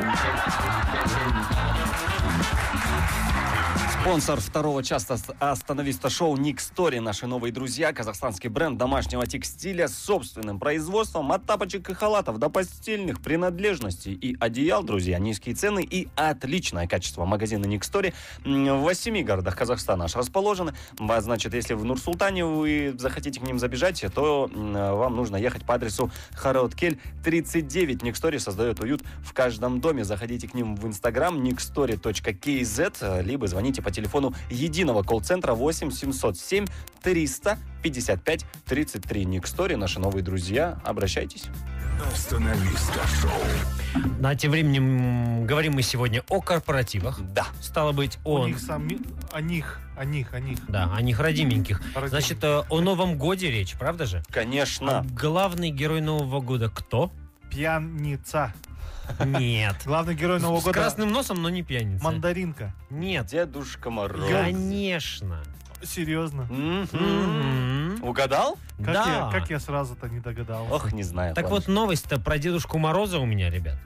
S5: Спонсор второго часа ос- остановиста шоу Ник Стори, наши новые друзья, казахстанский бренд домашнего текстиля с собственным производством от тапочек и халатов до постельных принадлежностей и одеял, друзья, низкие цены и отличное качество. Магазины Ник Стори м, в восьми городах Казахстана аж расположены. А Значит, если в Нур-Султане вы захотите к ним забежать, то м, вам нужно ехать по адресу Хараоткель 39. Никстори создает уют в каждом доме. Заходите к ним в инстаграм nixtory.kz, либо звоните по телефону единого колл-центра 8 707 355 33. Никстори, наши новые друзья, обращайтесь.
S2: Остановиста шоу.
S3: Ну, А тем временем м, говорим мы сегодня о корпоративах.
S5: Да.
S3: Стало быть,
S4: У
S3: о...
S4: них сами... О них, о них, о них.
S3: Да, о них родименьких.
S4: Родименьких.
S3: Значит, э, о Новом Годе речь, правда же? А
S5: Конечно.
S3: Главный герой Нового Года кто?
S4: Пьяница.
S3: Нет.
S4: Главный герой Нового
S3: С
S4: года
S3: красным носом, но не пьяница.
S4: мандаринка.
S3: Нет.
S5: Дедушка Мороз.
S3: Конечно.
S4: Серьезно.
S5: Мгм.
S3: Мгм.
S5: Угадал?
S4: М-м-м. Как,
S3: Да.
S4: я, как я сразу-то не догадался.
S5: Ох, не знаю.
S3: Так
S5: ладно.
S3: вот, новость-то про Дедушку Мороза у меня, ребят.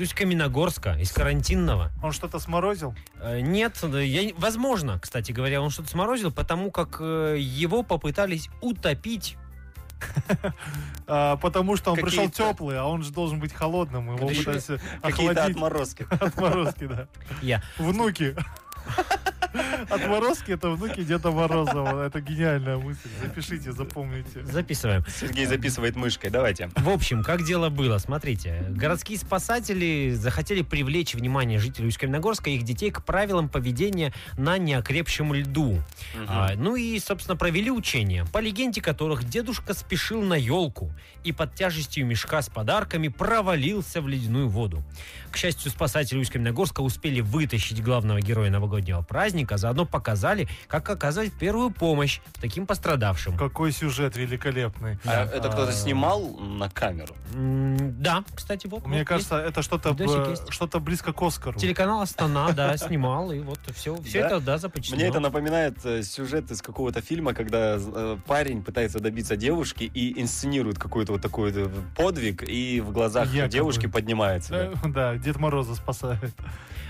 S3: Из Усть-Каменогорска, из карантинного.
S4: Он что-то сморозил?
S3: Э, Нет, да, я не- возможно, кстати говоря, он что-то сморозил, потому как э, его попытались утопить.
S4: А, потому что он пришел
S5: Какие-то-
S4: теплый, а он же должен быть холодным. Его
S5: Какие-
S4: пытались
S5: Какие-то
S4: охладить.
S5: отморозки.
S4: Отморозки, да.
S3: Я.
S4: Внуки. Отморозки это внуки Деда Морозова. Это гениальная мысль. Запишите, запомните.
S3: Записываем.
S5: Сергей записывает мышкой. Давайте.
S3: В общем, как дело было, смотрите. Городские спасатели захотели привлечь внимание жителей Усть-Каменогорска и их детей к правилам поведения на неокрепшем льду. А, ну и, собственно, провели учения, по легенде которых дедушка спешил на елку и под тяжестью мешка с подарками провалился в ледяную воду. К счастью, спасатели Усть-Каменогорска успели вытащить главного героя новогоднего праздника, а заодно показали, как оказать первую помощь таким пострадавшим.
S4: Какой сюжет великолепный.
S5: А это кто-то
S4: А,
S5: снимал на камеру?
S3: М, Да, кстати, вот.
S4: Мне
S3: вот
S4: кажется, это что-то
S3: Ну, Видосик
S4: б-
S3: есть.
S4: что-то близко к Оскару.
S3: есть. Телеканал
S5: [LAUGHS]
S3: Астана, да, снимал, и вот все, все
S5: Да?
S3: это, да, започтено.
S5: Мне это напоминает э, сюжет из какого-то фильма, когда э, парень пытается добиться девушки и инсценирует какой-то вот такой э, подвиг, и в глазах
S4: Якобы.
S5: девушки поднимается.
S4: Э, Да, Дед Мороза спасает.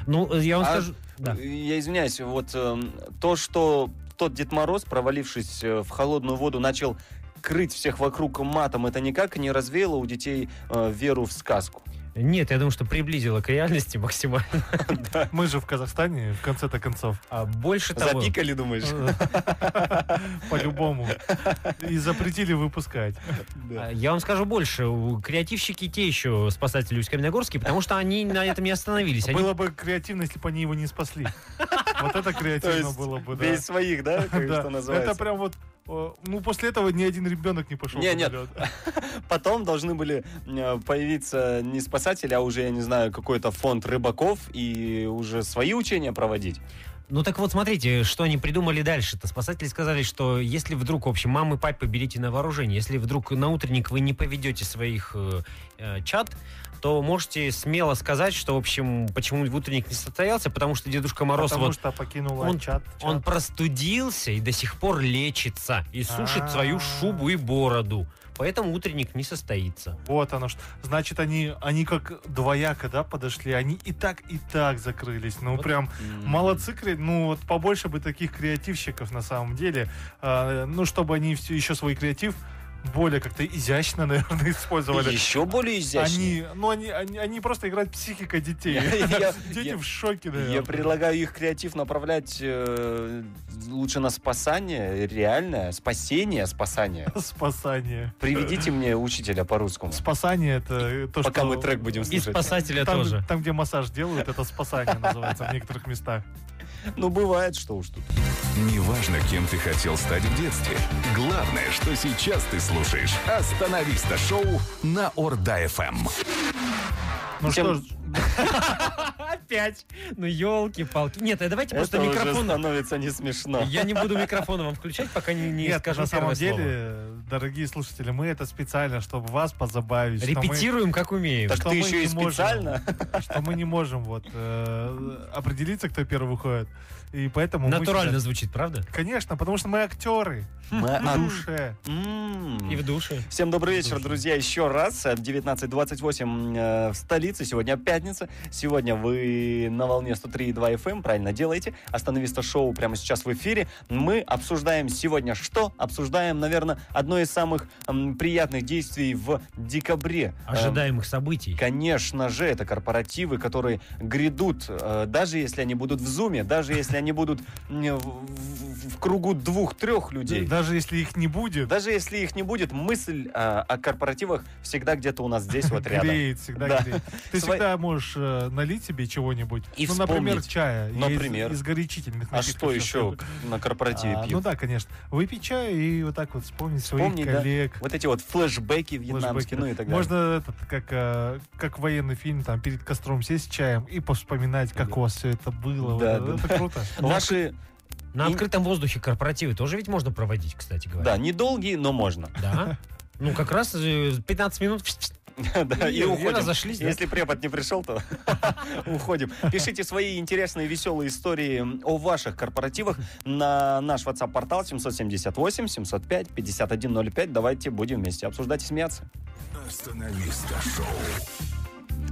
S3: Ну, я вам
S5: А-
S3: скажу...
S5: да.
S3: Да.
S5: Я извиняюсь, вот э, то, что тот Дед Мороз, провалившись э, в холодную воду, начал крыть всех вокруг матом, это никак не развеяло у детей э, веру в сказку.
S3: Нет, я думаю, что приблизило к реальности максимально.
S4: Мы же в Казахстане, в конце-то концов.
S3: А больше того...
S5: Запикали, думаешь?
S4: Э, По-любому. И запретили выпускать. Э,
S3: А, Я вам скажу больше. У- Креативщики те еще спасатели усть Каменогорские, потому что они на этом не остановились. Они-
S4: Было бы креативно, если бы они его не спасли. Вот это
S5: То
S4: креативно
S5: есть
S4: было бы, да.
S5: без своих, да,
S4: [LAUGHS]
S5: как
S4: Да.
S5: что называется?
S4: Это прям вот... э, Ну, после этого ни один ребенок не пошел.
S5: Не,
S4: в
S5: нет.
S4: полет.
S5: Потом должны были э, появиться не спасатели, а уже, я не знаю, какой-то фонд рыбаков и уже свои учения проводить.
S3: Ну так вот, смотрите, что они придумали дальше-то. Спасатели сказали, что если вдруг, в общем, мамы и папы берите на вооружение, если вдруг на утренник вы не поведете своих э, э, чат, то можете смело сказать, что, в общем, почему утренник не состоялся, потому что Дедушка Мороз
S4: Потому
S3: вот
S4: что покинула
S3: он-
S4: чат.
S3: Он
S4: чат.
S3: простудился и до сих пор лечится и сушит свою
S4: А.
S3: шубу и бороду. Поэтому утренник не состоится.
S4: Вот оно что. Значит, они, они как двояко, да, подошли. Они и так, и так закрылись. Ну,
S3: Вот.
S4: прям Молодцы, кре- ну вот побольше бы таких креативщиков на самом деле. А, ну, чтобы они все еще свой креатив более как-то изящно, [LAUGHS] наверное, использовали.
S5: Еще более
S4: Они,
S5: изящные.
S4: ну, они, они, они просто играют психика детей.
S3: [LAUGHS]
S5: Я-
S4: Дети
S5: я-
S4: в шоке,
S5: Я
S4: наверное.
S5: предлагаю их креатив направлять э, лучше на спасание, реальное, спасение, спасание.
S4: Спасание.
S5: Приведите мне учителя по-русскому.
S4: Спасание это то,
S5: Пока
S4: что...
S5: мы трек будем
S3: И
S5: слушать.
S3: спасателя
S4: там,
S3: тоже.
S4: там, где массаж делают, это спасание [LAUGHS] называется в некоторых местах.
S5: Ну, бывает, что уж тут.
S2: Неважно, кем ты хотел стать в детстве. Главное, что сейчас ты слушаешь «Остановиста» шоу на Орда-ФМ.
S4: Ну
S5: Тем-
S4: что ж,
S3: Опять. Ну, елки-палки. Нет, а давайте просто
S5: Это уже
S3: микрофон.
S5: становится не смешно.
S3: Я не буду микрофон вам включать, пока не, не
S4: нет,
S3: скажу
S4: на самом
S3: первое слово.
S4: деле, дорогие слушатели, мы это специально, чтобы вас позабавить. что мы-
S3: Репетируем, как умеем.
S5: Так
S4: что
S5: ты
S4: мы
S5: еще и
S4: не можем.
S5: специально?
S4: [LAUGHS] что мы не можем вот э, определиться, кто первый выходит. И поэтому мы
S3: Натурально
S4: сейчас-
S3: звучит, правда?
S4: Конечно, потому что мы актеры
S5: Мы-
S4: в
S5: а,
S4: душе.
S5: м.
S3: И в душе.
S5: Всем добрый вечер, друзья, еще раз. Э, 19.28 э, в столице. Сегодня пятница. Сегодня вы на волне 103.2 FM. эм, Правильно делаете. Остановиста шоу прямо сейчас в эфире. Мы обсуждаем сегодня что? Обсуждаем, наверное, одно из самых м, приятных действий в декабре. Эм,
S3: Ожидаемых событий.
S5: Конечно же, это корпоративы, которые грядут, э, даже если они будут в зуме, даже если они будут м, в- в в кругу двух-трех людей.
S4: Даже если их не будет,
S5: Даже если их не будет, мысль э, о корпоративах всегда где-то у нас
S4: [LAUGHS]
S5: здесь вот рядом.
S4: греет, всегда
S5: Да.
S4: греет. Ты
S5: Сво-
S4: всегда можешь э, налить себе чего-нибудь.
S5: И
S4: ну, например,
S5: вспомнить.
S4: чая. Я из-
S5: Например.
S4: Из, горячительных
S5: А
S4: напитков
S5: что
S4: щас
S5: еще
S4: люблю.
S5: на корпоративе
S4: А, ну
S5: пьют?
S4: да, конечно. Выпить чаю и вот так вот вспомнить
S5: Вспомнить,
S4: своих
S5: да.
S4: коллег.
S5: Вот эти вот
S4: флешбеки,
S5: флешбеки вьетнамские, ну и
S4: да.
S5: так далее.
S4: Можно этот, как, э, как военный фильм, там перед костром сесть с чаем и повспоминать, как
S5: Да.
S4: у вас все это было.
S5: Да,
S4: Вот
S5: да,
S4: это
S5: [LAUGHS]
S4: круто.
S5: Наши,
S3: На
S5: и-
S3: открытом воздухе корпоративы тоже ведь можно проводить, кстати говоря.
S5: да, недолгие, но можно. [LAUGHS]
S3: Да. Ну, как раз э, 15 минут
S5: Да,
S3: И- и
S5: и уходим.
S3: разошлись, да.
S5: Если препод не пришел, то [LAUGHS] уходим. Пишите свои интересные, веселые истории о ваших корпоративах на наш WhatsApp-портал 778-705-5105. Давайте будем вместе обсуждать и смеяться.
S2: «Остановиста» шоу.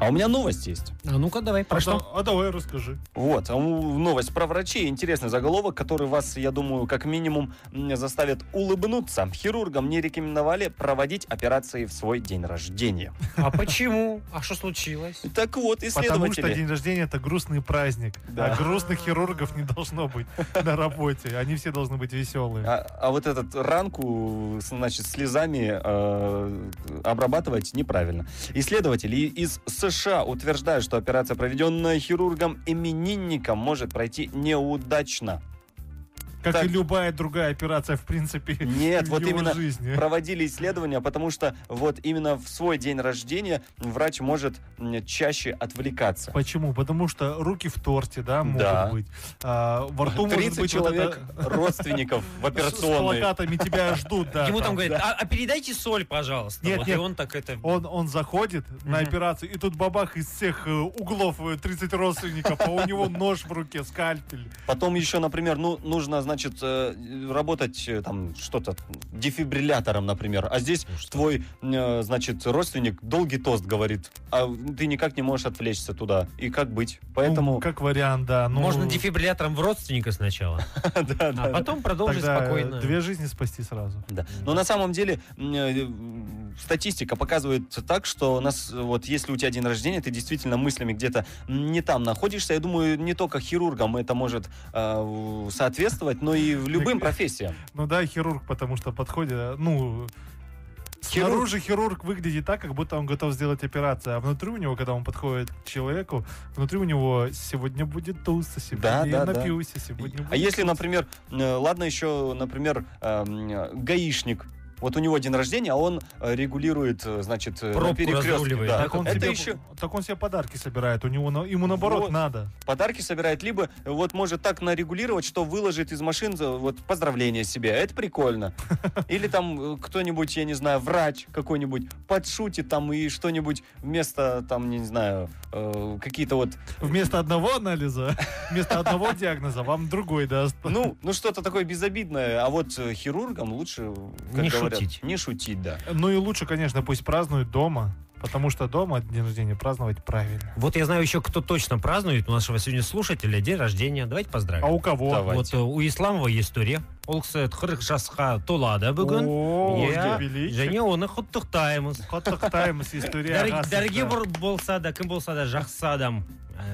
S5: А у меня новость есть.
S3: А ну-ка, давай, про
S4: А
S3: что?
S4: да- А давай расскажи.
S5: Вот, а у- новость про врачей. Интересный заголовок, который вас, я думаю, как минимум м, заставит улыбнуться. Хирургам не рекомендовали проводить операции в свой день рождения.
S3: А почему? А что случилось?
S5: Так вот,
S4: Потому что
S5: исследователи...
S4: день рождения это грустный праздник.
S5: Да.
S4: А грустных хирургов не должно
S5: [LAUGHS]
S4: быть на работе. Они все должны быть веселые.
S5: А, а вот этот ранку, с- значит, слезами э, обрабатывать неправильно. Исследователи из США утверждают, что операция, проведенная хирургом-именинником, может пройти неудачно.
S4: Как
S5: так.
S4: и любая другая операция, в принципе, [LAUGHS]
S5: Нет,
S4: в
S5: вот
S4: его
S5: именно
S4: жизни.
S5: проводили исследования, потому что вот именно в свой день рождения врач может м, чаще отвлекаться.
S4: Почему? Потому что руки в торте, да, могут
S5: Да.
S4: быть. А, во рту может
S5: 30
S4: быть вот
S5: человек
S4: это-
S5: родственников в
S4: с
S5: операционной.
S4: плакатами тебя
S5: [LAUGHS]
S4: ждут, да.
S3: Ему там
S4: там.
S3: говорят, а, а передайте соль, пожалуйста.
S4: Нет,
S3: Вот, И
S4: нет.
S3: он так это...
S4: Он, он заходит на операцию, и тут бабах из всех э, углов э, 30 родственников, а у него нож в руке, скальпель.
S5: Потом еще, например, ну, нужно, значит, э, работать э, там что-то дефибриллятором, например, а
S4: Ну,
S5: здесь твой, э, значит, родственник долгий тост говорит, а ты никак не можешь отвлечься туда. И как быть?
S4: Ну,
S5: Поэтому...
S4: как вариант, да. Ну,
S3: Можно дефибриллятором в родственника сначала,
S5: [LAUGHS] Да, да,
S3: а
S5: да.
S3: потом продолжить
S4: тогда
S3: спокойно.
S4: две жизни спасти сразу.
S5: Да. Но на самом деле м, э, м, статистика показывает так, что у нас э, вот если у тебя день рождения, ты действительно мыслями где-то не там находишься. Я думаю, не только хирургам это может э, у- соответствовать, но и в любым профессиям.
S4: Ну да, хирург, потому что подходит, ну...
S5: Хирург-
S4: Снаружи хирург выглядит так, как будто он готов сделать операцию, а внутри у него, когда он подходит к человеку, внутри у него сегодня будет туса,
S5: Да,
S4: сегодня
S5: да,
S4: я
S5: да.
S4: напьюсь, а сегодня
S5: А
S4: будет
S5: если,
S4: туса».
S5: например, э, ладно еще, например, э, м, э, гаишник. Вот у него день рождения, а он э, регулирует, э, значит, э, на
S3: Пробку
S5: перекрестке.
S3: разруливает.
S5: да.
S4: так он,
S5: Это
S4: тебе,
S5: еще
S4: так он себе подарки собирает, у него на- ему наоборот
S5: Вот.
S4: надо.
S5: подарки собирает, либо э, вот может так нарегулировать, что выложит из машин э, вот поздравления себе. Это
S3: [LAUGHS]
S5: прикольно. Или там э, кто-нибудь, я не знаю, врач какой-нибудь подшутит там и что-нибудь вместо там, не знаю, э, какие-то вот,
S4: Вместо одного анализа, [LAUGHS] вместо одного диагноза вам другой даст.
S5: ну,
S3: [LAUGHS]
S5: ну что-то такое безобидное. А вот э, хирургам лучше, как
S3: Не
S5: говорят,
S3: шутить.
S5: не шутить, да.
S4: Ну и лучше, конечно, пусть празднуют дома, потому что дома день рождения праздновать правильно.
S3: Вот я знаю еще, кто точно празднует у нашего сегодня слушателя день рождения. Давайте поздравим.
S4: А у кого?
S5: Давай.
S3: Вот э, у Исламова есть туре. Ол, кстати, хырыкшасха толада бүгін.
S4: О,
S3: Иә,
S4: юбилей.
S3: және оны құттықтаймыз.
S4: Құттықтаймыз история
S3: Дәр-
S4: арасында.
S3: Дәрігер бор- болса да, кім болса да жақсы адам.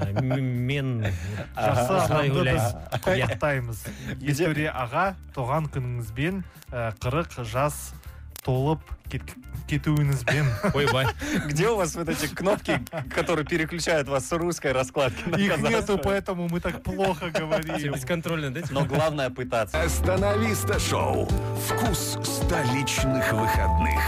S3: Ә, Э, м- мен
S4: Жақсы
S3: осылай
S4: адамды біз
S3: ойлаймын. Иә.
S4: құттықтаймыз. История аға туған күніңізбен ә, 40 э, жас толып кет-
S3: [LAUGHS]
S4: кетуіңізбен.
S3: ойбай
S5: Где у вас вот эти кнопки, которые переключают вас с русской раскладки на
S4: Их нету,
S5: казахскую?
S4: поэтому мы так плохо
S3: Все
S4: говорим.
S3: бесконтрольно, да? типа?
S5: Но главное пытаться.
S2: Остановиста шоу. Вкус столичных выходных.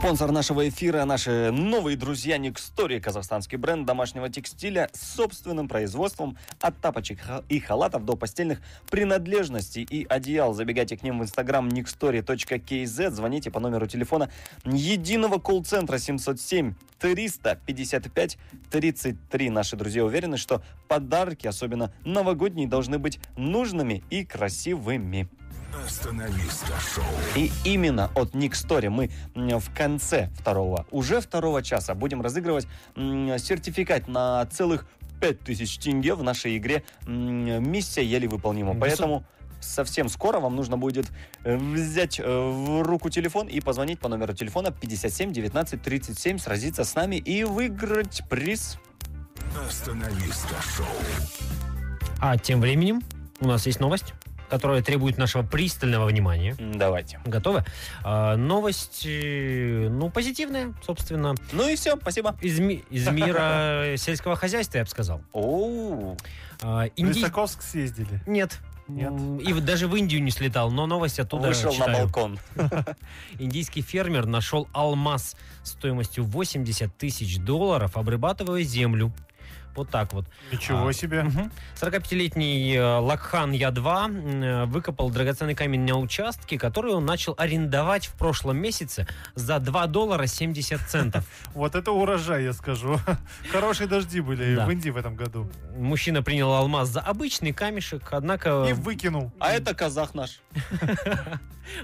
S5: Спонсор нашего эфира – наши новые друзья Никстори, казахстанский бренд домашнего текстиля с собственным производством от тапочек ха- и халатов до постельных принадлежностей и одеял. Забегайте к ним в инстаграм nixtory.kz, звоните по номеру телефона единого колл-центра 707 355 33. Наши друзья уверены, что подарки, особенно новогодние, должны быть нужными и красивыми.
S2: Остановиста шоу.
S5: И именно от Ник Стори мы м, в конце второго, уже второго часа будем разыгрывать м, сертификат на целых 5000 тенге в нашей игре м, «Миссия еле выполнима».
S3: Без-
S5: Поэтому совсем скоро вам нужно будет э, взять э, в руку телефон и позвонить по номеру телефона 57 19 37, сразиться с нами и выиграть приз.
S2: Остановиста шоу.
S3: А тем временем у нас есть новость, которая требует нашего пристального внимания.
S5: М, Давайте.
S3: Готовы? А, новость, э, ну, позитивная, собственно,
S5: Ну и все, спасибо.
S3: из, ми-
S5: [LAUGHS]
S3: из мира сельского хозяйства, я бы сказал.
S5: Оу.
S3: А,
S5: Ну,
S4: В
S3: инди-
S4: Лисаковск съездили.
S3: Нет.
S4: Нет.
S3: М, И вот даже в Индию не слетал, но новость оттуда
S5: Вышел на
S3: читаю.
S5: балкон.
S3: Индийский фермер нашел алмаз стоимостью 80 тысяч долларов, обрабатывая землю. Вот так вот.
S4: Ничего
S3: А.
S4: себе.
S3: Мгм. 45-летний э, Лакхан Я-2 э, выкопал драгоценный камень на участке, который он начал арендовать в прошлом месяце за 2 доллара 70 центов.
S4: Вот это урожай, я скажу. [LAUGHS] Хорошие дожди были
S3: Да.
S4: в Индии в этом году.
S3: Мужчина принял алмаз за обычный камешек, однако
S4: И выкинул.
S5: А это казах наш.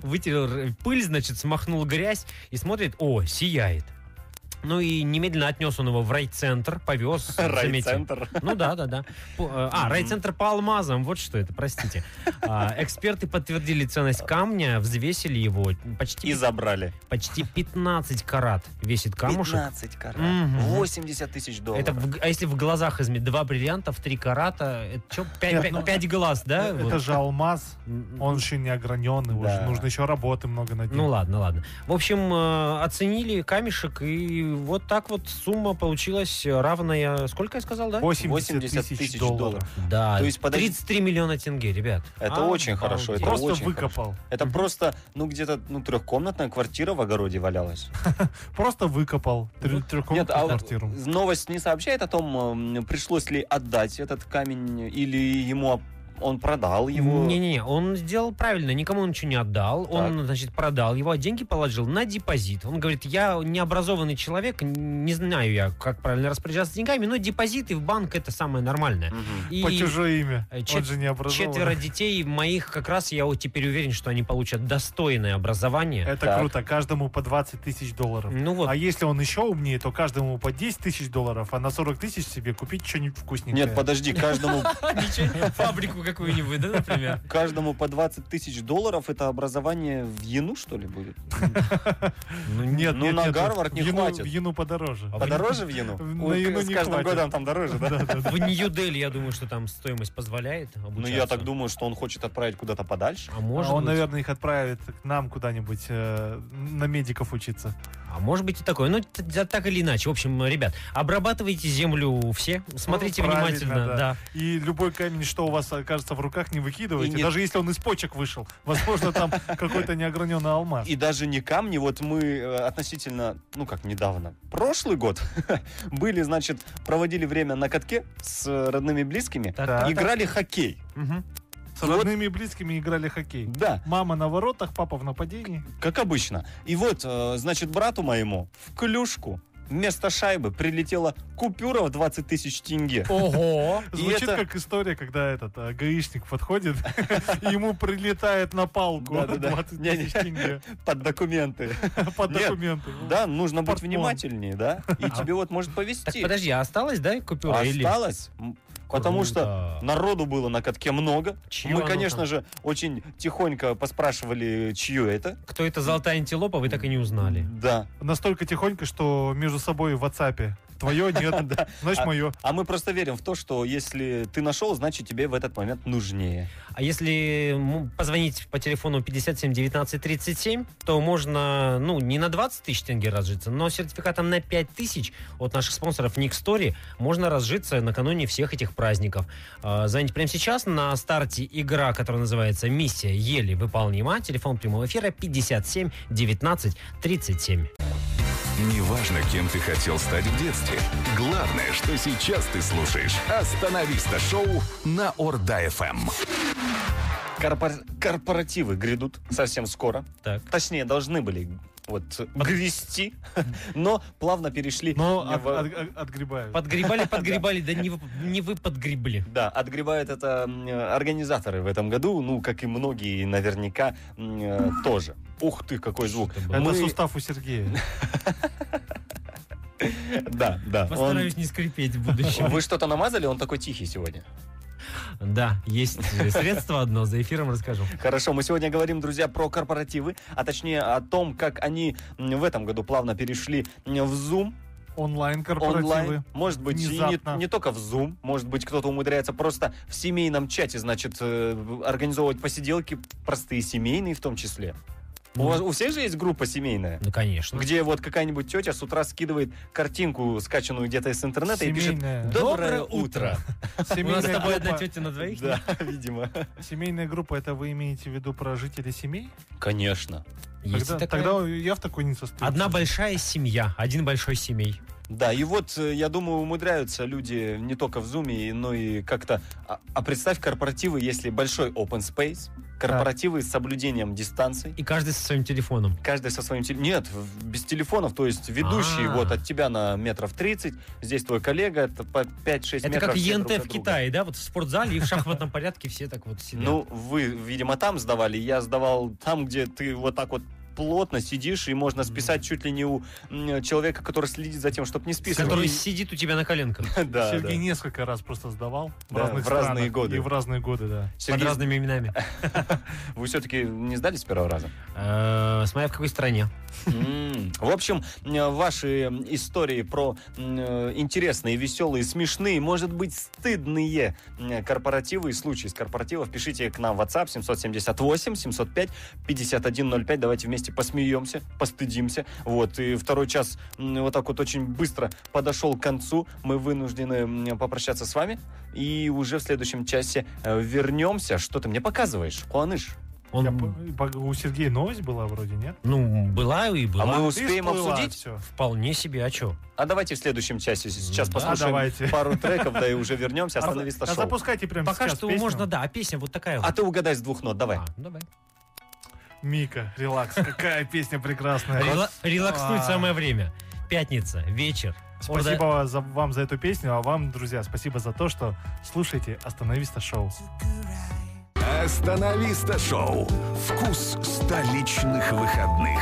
S3: вытер р- пыль, значит, смахнул грязь и смотрит, о, сияет. Ну и немедленно отнес он его в райцентр,
S4: [LAUGHS]
S3: повез. заметил.
S5: Райцентр.
S3: Ну да, да, да. По- э, А, райцентр по алмазам, вот что это, простите. А, Эксперты подтвердили ценность камня, взвесили его.
S5: И
S3: Почти,
S5: забрали.
S3: почти 15 карат весит камушек.
S5: 15 карат.
S3: Мгм.
S5: 80 тысяч долларов.
S3: Это в г- а если в глазах измерить? Два бриллиантов, три карата, это что, пять,
S4: Нет,
S3: пять-
S4: ну,
S3: пять глаз, да?
S4: Это
S3: Вот.
S4: же алмаз. Он еще не ограненный. его
S5: Да.
S4: же Нужно еще работы много над ним.
S3: Ну ладно, ладно. В общем, э, оценили камешек, и вот так вот сумма получилась равная... Сколько я сказал, да?
S4: 80
S5: 80
S4: тысяч долларов.
S3: Да,
S5: То есть, подожди.
S3: 33 миллиона тенге, ребят.
S5: Это очень хорошо, это
S3: Просто
S4: Просто
S5: очень
S4: выкопал.
S5: Это просто, ну, где-то, ну, трехкомнатная квартира в огороде валялась.
S4: Просто выкопал трё-
S5: Нет, а
S4: трехкомнатную квартиру.
S5: новость не сообщает о том, м, пришлось ли отдать этот камень или ему он продал его.
S3: Не-не-не, он сделал правильно, никому он ничего не отдал. Он, значит, продал его, а деньги положил на депозит. Он говорит, я необразованный человек, не знаю я, как правильно распоряжаться деньгами, но депозиты в банк это самое нормальное.
S5: Мгм.
S3: И
S4: По чужое имя.
S3: э,
S4: Он
S3: чет-
S4: же не образован.
S3: четверо детей моих как раз, я вот теперь уверен, что они получат достойное образование.
S4: [LAUGHS] Это
S5: Так.
S4: круто. Каждому по 20 тысяч долларов.
S3: Ну вот,
S4: А если он еще умнее, то каждому по 10 тысяч долларов, а на 40 тысяч себе купить что-нибудь вкусненькое.
S5: Нет, подожди, каждому,
S3: Ничего, фабрику какую-нибудь, да, например?
S5: каждому по 20 тысяч долларов это образование в Ену, что ли, будет?
S3: Ну,
S4: Нет,
S5: Ну,
S4: нет,
S5: на
S4: нет,
S5: Гарвард не
S4: в Ену-
S5: хватит.
S4: В Ену подороже.
S3: А
S5: Подороже в Ену?
S4: На
S5: Ой,
S4: Ену
S5: С
S4: не
S5: каждым
S4: хватит.
S5: годом там дороже, да?
S3: В Нью-Дели, я думаю, что там стоимость позволяет
S5: Ну,
S3: обучаться.
S5: я так думаю, что он хочет отправить куда-то подальше.
S3: А может,
S4: А он,
S3: быть,
S4: наверное, их отправит к нам куда-нибудь э, на медиков учиться.
S3: а может быть и такое. Ну, т- т- так или иначе. В общем, ребят, обрабатывайте землю все. Смотрите
S4: правильно,
S3: внимательно.
S4: да.
S3: Да.
S4: И любой камень, что у вас окажется в руках, не
S5: И
S4: выкидывайте.
S5: не-
S4: Даже если он из почек вышел. Возможно,
S5: [LAUGHS]
S4: там какой-то неограненный алмаз.
S5: И даже не камни, вот мы э, относительно, ну как недавно, прошлый год [LAUGHS] были, значит, проводили время на катке с э, родными и близкими,
S3: Так,
S4: Да.
S3: так, так.
S5: играли хоккей.
S4: Мгм. С
S5: Вот.
S4: родными и близкими играли хоккей.
S5: Да,
S4: Мама на воротах, папа в нападении.
S5: как обычно. И вот, э, значит, брату моему в клюшку вместо шайбы прилетела купюра в 20 тысяч тенге. [LAUGHS]
S3: Ого!
S5: И
S4: Звучит
S5: это-
S4: как история, когда этот э, гаишник подходит, [LAUGHS] и ему прилетает на палку
S5: Да-да-да.
S4: 20 тысяч
S5: Не-не. [LAUGHS]
S4: тенге
S5: Под документы.
S4: под
S5: Нет.
S4: документы.
S5: Да, нужно быть
S4: Портмон.
S5: внимательнее, да? И тебе вот может
S3: Так
S5: повезти.
S3: подожди, а осталось, да, купюра? или-
S5: Осталось, м, потому что
S3: Круто.
S5: Народу было на катке много.
S3: Чьё
S5: Мы,
S3: оно
S5: конечно
S3: там?
S5: же, очень тихонько поспрашивали, чье это.
S3: Кто это золотая антилопа, вы так и не узнали.
S5: Да.
S4: Настолько тихонько, что между собой в WhatsApp твое
S5: [LAUGHS]
S4: нет, значит мое.
S5: А мы просто верим в то, что если ты нашел, значит тебе в этот момент нужнее.
S3: А если м, позвонить по телефону 57 19 37, то можно, ну, не на 20 тысяч тенге разжиться, но сертификатом на 5 тысяч от наших спонсоров Nick Story можно разжиться накануне всех этих праздников. А, Звоните прямо сейчас. На старте игра, которая называется «Миссия еле выполнима». Телефон прямого эфира 57 19 37.
S2: Неважно, кем ты хотел стать в детстве. Главное, что сейчас ты слушаешь «Остановиста» шоу на Орда-ФМ.
S5: Корпор- Корпоративы грядут совсем скоро.
S3: Так.
S5: Точнее, должны были вот грести, [LAUGHS] но плавно перешли.
S4: Но
S5: в-
S4: Ну, от- от- от- отгребаю.
S3: Подгребали, подгребали, да не вы, не вы подгребли.
S5: Да, отгребают это м, э, организаторы в этом году, ну, как и многие наверняка м, э, тоже. Ух ты, какой звук.
S3: Что-то было.
S4: Это
S5: Мы-
S4: Э, сустав
S3: [LAUGHS]
S4: у Сергея.
S5: Да, да. он-
S3: Постараюсь не скрипеть в
S5: [LAUGHS]
S3: будущем.
S5: Вы что-то намазали? Он такой тихий сегодня.
S3: Да, есть э, средство одно, за эфиром расскажу.
S5: Хорошо, мы сегодня говорим, друзья, про корпоративы, а точнее о том, как они м, в этом году плавно перешли м, в Zoom онлайн.
S4: Онлайн-корпоративы.
S5: Может быть, и не,
S4: Внезапно.
S5: не только в Zoom, может быть, кто-то умудряется просто в семейном чате, значит, э, организовывать посиделки, простые семейные в том числе. У, вас, у всех же есть группа семейная?
S3: Ну, конечно.
S5: Где вот какая-нибудь тетя с утра скидывает картинку, скачанную где-то из
S3: Ну,
S5: интернета, и пишет
S4: Семейная. Ну,
S5: «Доброе
S3: Доброе
S5: утро».
S3: утро». У нас с
S4: Семейная
S3: тобой одна
S4: группа.
S3: тетя на двоих?
S5: Да, [LAUGHS] видимо.
S4: Семейная группа, это вы имеете в виду про жителей семей?
S5: Конечно.
S3: Есть
S4: Тогда,
S3: и такая.
S4: тогда я в такой не состою.
S3: Одна большая семья, один большой семей.
S5: Да, и вот, э, я думаю, умудряются люди не только в Зуме, но и как-то... А, а представь корпоративы, если большой open space, корпоративы с соблюдением дистанций,
S3: И каждый со своим телефоном.
S5: каждый со своим... теле- Нет, в- без телефонов, то есть ведущий
S3: А.
S5: вот от тебя на метров 30, здесь твой коллега, это по 5-6
S3: Это
S5: метров.
S3: как
S5: все
S3: ЕНТ
S5: друг
S3: в
S5: от друга.
S3: Китае, да? Вот в спортзале и в шахматном порядке все так вот сидят.
S5: Ну, вы, видимо, там сдавали, я сдавал там, где ты вот так вот плотно сидишь, и можно списать чуть ли не у м, человека, который следит за тем, чтобы не списывать.
S3: который
S5: И-
S3: сидит у тебя на коленках
S5: [LAUGHS] Да,
S4: Сергей
S5: да.
S4: несколько раз просто сдавал в
S5: Да,
S4: разных
S5: в разные
S4: странах
S5: годы.
S4: И в разные годы, да.
S5: Сергей,
S3: под разными именами.
S5: вы все-таки не сдали с первого раза?
S3: Э, Смотря в какой стране.
S5: М. В общем, э, ваши м, истории про м, э, интересные, веселые, смешные, может быть, стыдные м, корпоративы и случаи с корпоративов, пишите к нам в WhatsApp 778-705-5105. Давайте вместе посмеемся, постыдимся. Вот, и второй час м, вот так вот очень быстро подошел к концу. Мы вынуждены м, попрощаться с вами. И уже в следующем часе э, вернемся. Что ты мне показываешь, Куаныш?
S4: Я
S3: Он,
S4: по- У Сергея новость была вроде, нет?
S3: ну, была и была.
S5: А мы
S4: И
S5: успеем
S4: всплыла
S5: обсудить?
S4: всё.
S3: Вполне себе, а чё?
S5: А давайте в следующем часе. Сейчас
S3: Да,
S5: послушаем
S4: давайте.
S5: пару треков, да и уже вернемся. Останови
S4: А
S5: шоу.
S4: запускайте прямо
S3: Пока
S4: сейчас
S3: что
S4: песню.
S3: можно, да, а песня вот такая
S5: А
S3: вот.
S5: ты угадай с двух нот, давай.
S3: А, ну давай.
S4: Мика, релакс. Какая песня прекрасная.
S3: Рела- Релакснуть
S4: А.
S3: самое время. Пятница, вечер.
S4: Спасибо ва- за- вам за эту песню, а вам, друзья, спасибо за то, что слушаете «Остановиста шоу».
S2: Остановиста шоу. Вкус столичных выходных.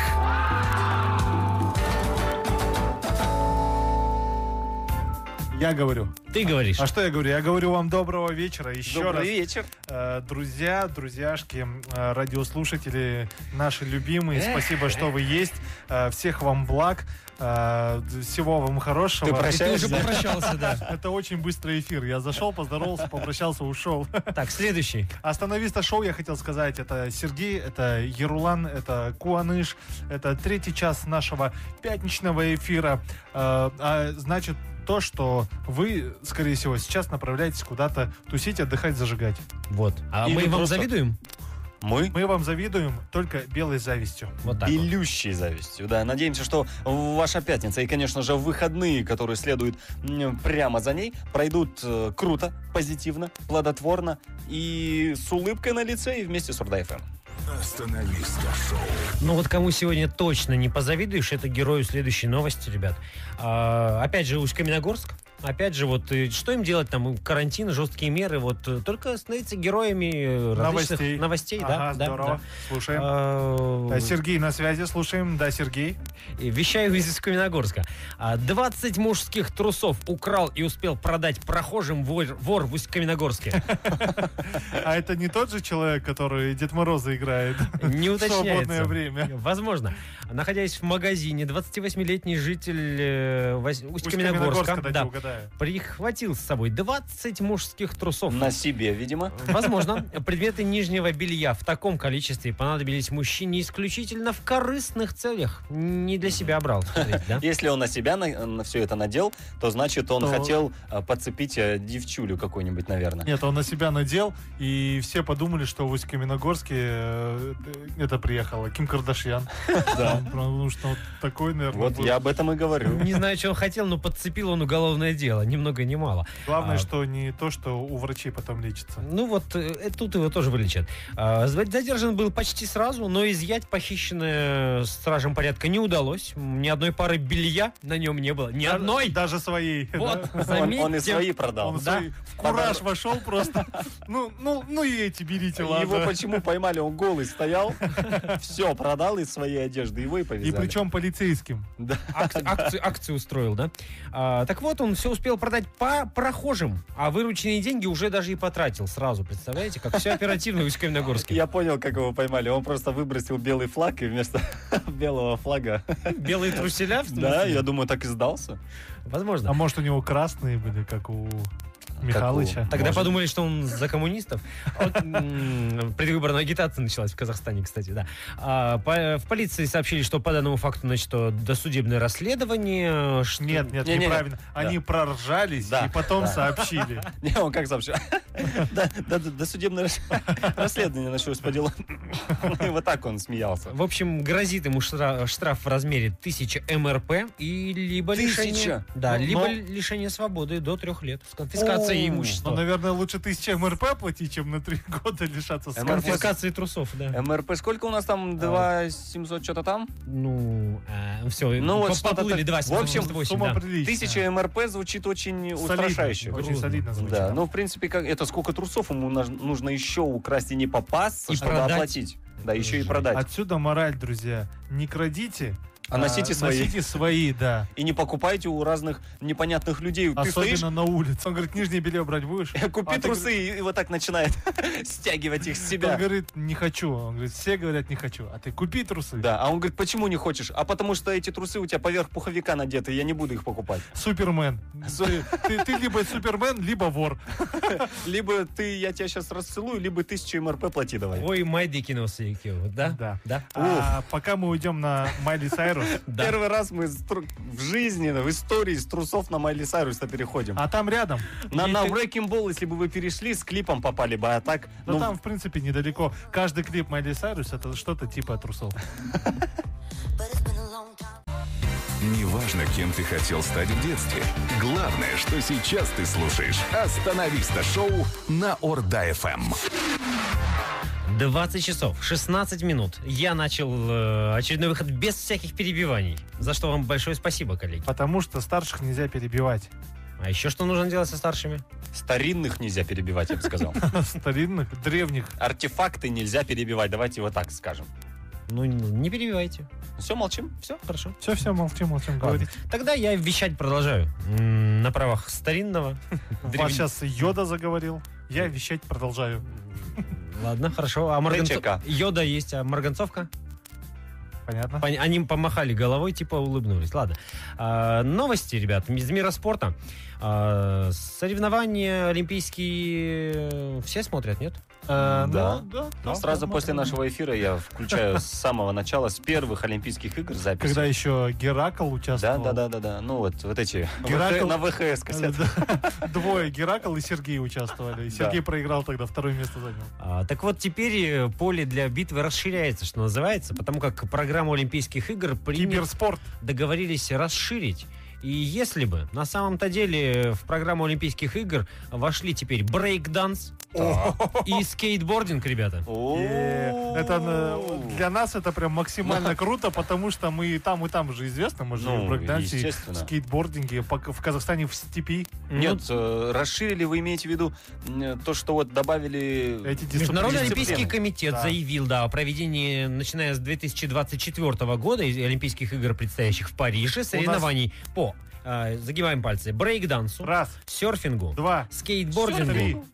S4: Я говорю.
S3: Ты говоришь.
S4: А что я говорю? Я говорю вам доброго вечера еще
S5: Добрый
S4: раз.
S5: вечер.
S4: Э, Друзья, друзьяшки, м, э, радиослушатели, наши любимые, спасибо, что вы есть. Э, Всех вам благ. Э, д- Всего вам хорошего.
S5: Ты прощай.
S3: Ты уже
S5: да?
S3: попрощался, да.
S4: Это очень быстрый эфир. Я зашел, поздоровался, попрощался, ушел.
S3: Так, следующий.
S4: Остановиста шоу, я хотел сказать, это Сергей, это Ерулан, это Куаныш, это третий час нашего пятничного эфира. Э, а значит, то, что вы, скорее всего, сейчас направляетесь куда-то тусить, отдыхать, зажигать.
S3: Вот. А
S5: Или
S3: мы вам
S5: просто-
S3: завидуем?
S5: Мы
S4: Мы вам завидуем только белой завистью.
S3: Вот так. вот.
S5: Белющей завистью, да. Надеемся, что ваша пятница и, конечно же, выходные, которые следуют м, прямо за ней, пройдут э, круто, позитивно, плодотворно и с улыбкой на лице и вместе с Урдаефом.
S2: Остановиста шоу.
S3: Ну вот кому сегодня точно не позавидуешь, это герою следующей новости, ребят. А, опять же, Усть-Каменогорск. Опять же, вот э, что им делать там? Карантин, жесткие меры. Вот э, только становиться героями э, различных
S4: Новостей.
S3: новостей. да,
S4: Ага,
S3: да,
S4: здорово.
S3: да.
S4: Слушаем.
S3: А, э,
S4: Э, Сергей на связи, слушаем. Да, Сергей.
S3: Вещаю из Каменогорска. А, 20 мужских трусов украл и успел продать прохожим вор, вор в Усть-Каменогорске.
S4: А это не тот же человек, который Дед Мороза играет?
S3: Не
S4: В свободное
S3: уточняется.
S4: время.
S3: Возможно. Находясь в магазине, 28-летний житель э, Вась- Усть-Каменогорска
S4: Усть-Каменогорска, дайте
S3: да,
S4: угадаю.
S3: прихватил с собой 20 мужских трусов.
S5: На себе, видимо.
S3: Возможно, предметы нижнего белья в таком количестве понадобились мужчине исключительно в корыстных целях. Не для себя брал, смотрите, да?
S5: Если он на себя на, все это надел, то значит он
S4: То-
S5: хотел э, подцепить э, девчулю какую-нибудь, наверное.
S4: Нет, он на себя надел, и все подумали, что в Усть-Каменогорске э, это приехала Ким Кардашьян. Да. Потому что вот такой, наверное,
S5: Вот я об этом и говорю.
S3: Не знаю, что он хотел, но подцепил он уголовное дело. Ни много, ни мало.
S4: Главное,
S3: а.
S4: что не то, что у врачей потом лечится.
S3: Ну вот, э, э, тут его тоже вылечат. А, зад- Задержан был почти сразу, но изъять похищенное стражем порядка не удалось. М, Ни одной пары белья на нем не было. Ни одной!
S4: Даже своей.
S3: Вот,
S4: да.
S5: Он, он и
S3: заметьте.
S5: свои продал.
S4: Он
S3: да.
S4: свои в кураж вошел просто. Ну, ну, ну и эти берите,
S5: Его
S4: ладно.
S5: почему поймали? Он голый
S4: [LAUGHS]
S5: стоял, все продал из своей одежды, его и
S4: И
S5: повязали.
S4: причем полицейским.
S3: Акци- акци- акцию устроил, да? А, так вот, он все успел продать по прохожим, а вырученные деньги уже даже и потратил сразу. Представляете, как все оперативно в Усть-Каменогорске.
S5: Я понял, как его поймали. Он просто выбросил белый флаг, и вместо [LAUGHS] белого флага...
S3: Белые труселя, в смысле?
S5: Да, я думаю, так и сдался.
S4: А
S3: Возможно.
S4: может, у него красные были, как у Михалыча.
S3: Тогда
S5: может.
S3: подумали, что он за коммунистов. Вот, м, Предвыборная агитация началась в Казахстане, кстати, да. А, по- В полиции сообщили, что по данному факту начато досудебное расследование. что-
S4: Нет, нет,
S5: Не-не-не.
S4: неправильно. Они проржались
S5: Да.
S4: и потом
S5: Да.
S4: сообщили.
S5: Не, [LAUGHS] он как сообщил? Да, да, да,
S4: [LAUGHS]
S5: судебное рас- расследование началось по делу. И вот так он смеялся.
S3: В общем, грозит ему штраф, штраф в размере 1000 МРП и либо
S5: Тысяча?
S3: лишение, да,
S4: Ну,
S3: либо
S4: но-
S3: лишение свободы до трех лет с конфискацией
S5: О,
S4: Ну,
S3: имущества.
S4: наверное, лучше тысяча МРП платить, чем на три [LAUGHS] года лишаться
S3: С
S5: МРП.
S4: свободы.
S3: конфискацией трусов, да.
S5: МРП сколько у нас там?
S4: А.
S5: 2 700 что-то там?
S3: Ну, все,
S5: Ну, вот что-то
S3: поплыли
S5: так.
S3: два,
S5: В общем,
S3: 798,
S4: Сумма
S3: да.
S4: приличная.
S5: Тысяча МРП звучит очень
S4: Солидно.
S5: устрашающе.
S4: Очень
S3: Грустно.
S4: солидно звучит.
S5: Да, ну, в принципе, как, это сколько трусов ему наж- нужно еще украсть и не попасться,
S3: И
S5: чтобы
S3: продать.
S5: оплатить. Да, еще и
S3: Жесть.
S5: продать.
S4: Отсюда мораль, друзья. Не крадите,
S5: а носите свои.
S4: Носите свои, да.
S5: И не покупайте у разных непонятных людей. [LAUGHS] Ты
S4: Особенно
S5: стоишь, [LAUGHS]
S4: на улице. Он говорит, нижнее белье брать будешь?
S5: купи
S4: А ты
S5: трусы, и- и вот так начинает [LAUGHS] стягивать их с
S4: Он
S5: себя.
S4: говорит, не хочу. Он говорит, все говорят, не хочу. А ты купи трусы.
S5: Да, а он говорит, почему не хочешь? А потому что эти трусы у тебя поверх пуховика надеты, я не буду их покупать.
S4: Супермен. Ты, ты- ты либо супермен, либо вор.
S5: Либо ты, я тебя сейчас расцелую, либо тысячу МРП плати давай.
S3: Ой, Майди кинулся, Икео, да?
S4: Да.
S3: Да.
S4: А пока мы уйдем на Майли
S5: [LAUGHS]
S4: Сайрус.
S3: Да.
S5: Первый раз мы с тру- в жизни, в истории с трусов на Майли Сайруса переходим.
S4: А там рядом.
S5: На, на
S3: ты-
S5: Wrecking Ball, если бы вы перешли, с клипом попали бы, а так...
S4: Но
S5: ну,
S4: там, в принципе, недалеко. Каждый клип Майли Сайрус это что-то типа трусов.
S7: but it's been a long time.
S2: Неважно, кем ты хотел стать в детстве. Главное, что сейчас ты слушаешь «Остановиста» шоу на Орда-ФМ.
S3: 20 часов, 16 минут. Я начал э, очередной выход без всяких перебиваний. За что вам большое спасибо, коллеги.
S4: Потому что старших нельзя перебивать. [LAUGHS]
S3: А еще что нужно делать со старшими?
S5: Старинных нельзя перебивать, я
S4: [LAUGHS]
S5: бы сказал.
S4: Старинных, древних.
S5: Артефакты нельзя перебивать, давайте вот так скажем.
S3: Ну, н- не перебивайте.
S5: Все, молчим, все.
S3: Хорошо.
S4: Все-все, молчим, молчим,
S3: Ладно.
S4: говорите.
S3: Тогда я вещать продолжаю. М, На правах старинного.
S4: Вот сейчас Йода заговорил. Я вещать продолжаю.
S3: Ладно, хорошо. А
S5: ТЧК.
S3: марганцовка? Йода есть, а марганцовка?
S4: Понятно?
S3: Пон- Они помахали головой, типа улыбнулись. Ладно. А, новости, ребят, из мира спорта. А, соревнования олимпийские э, все смотрят, нет?
S4: Э, ну,
S5: Да.
S4: да, да,
S5: Но сразу
S4: да,
S5: после
S4: да.
S5: нашего эфира я включаю с самого начала, с первых Олимпийских игр запись.
S4: Когда еще Геракл
S5: Да,
S4: участвовал.
S5: да, да, да, да. Ну вот, вот эти
S4: Геракл-
S5: на ВХС кассеты.
S4: [LAUGHS] Да. Двое, Геракл и Сергей участвовали. И
S5: Да.
S4: Сергей проиграл тогда, второе место занял.
S3: А, так вот, теперь э, поле для битвы расширяется, что называется, потому как программу Олимпийских игр приняли-
S4: Киберспорт.
S3: договорились расширить. И если бы на самом-то деле в программу Олимпийских игр вошли теперь брейкданс и
S5: [LAUGHS]
S3: скейтбординг, ребята.
S5: О.
S4: Э, Это на- для нас это прям максимально круто, потому что мы и там, и там же известны. Мы же
S5: Ну,
S4: в брейкдансе, и в
S5: естественно.
S4: скейтбординге, пока- в Казахстане в степи.
S3: Ну,
S5: Нет,
S4: Ну,
S5: э, расширили, вы имеете в виду м, то, что вот добавили...
S3: Международный
S4: Эти дисциплины.
S5: дисциплина.
S3: Олимпийский комитет
S4: Да.
S3: заявил да, о проведении, начиная с 2024 года, из Олимпийских игр, предстоящих в Париже, соревнований по, э, загибаем пальцы, брейкдансу,
S4: Раз,
S3: серфингу,
S4: два, три,
S3: скейтбордингу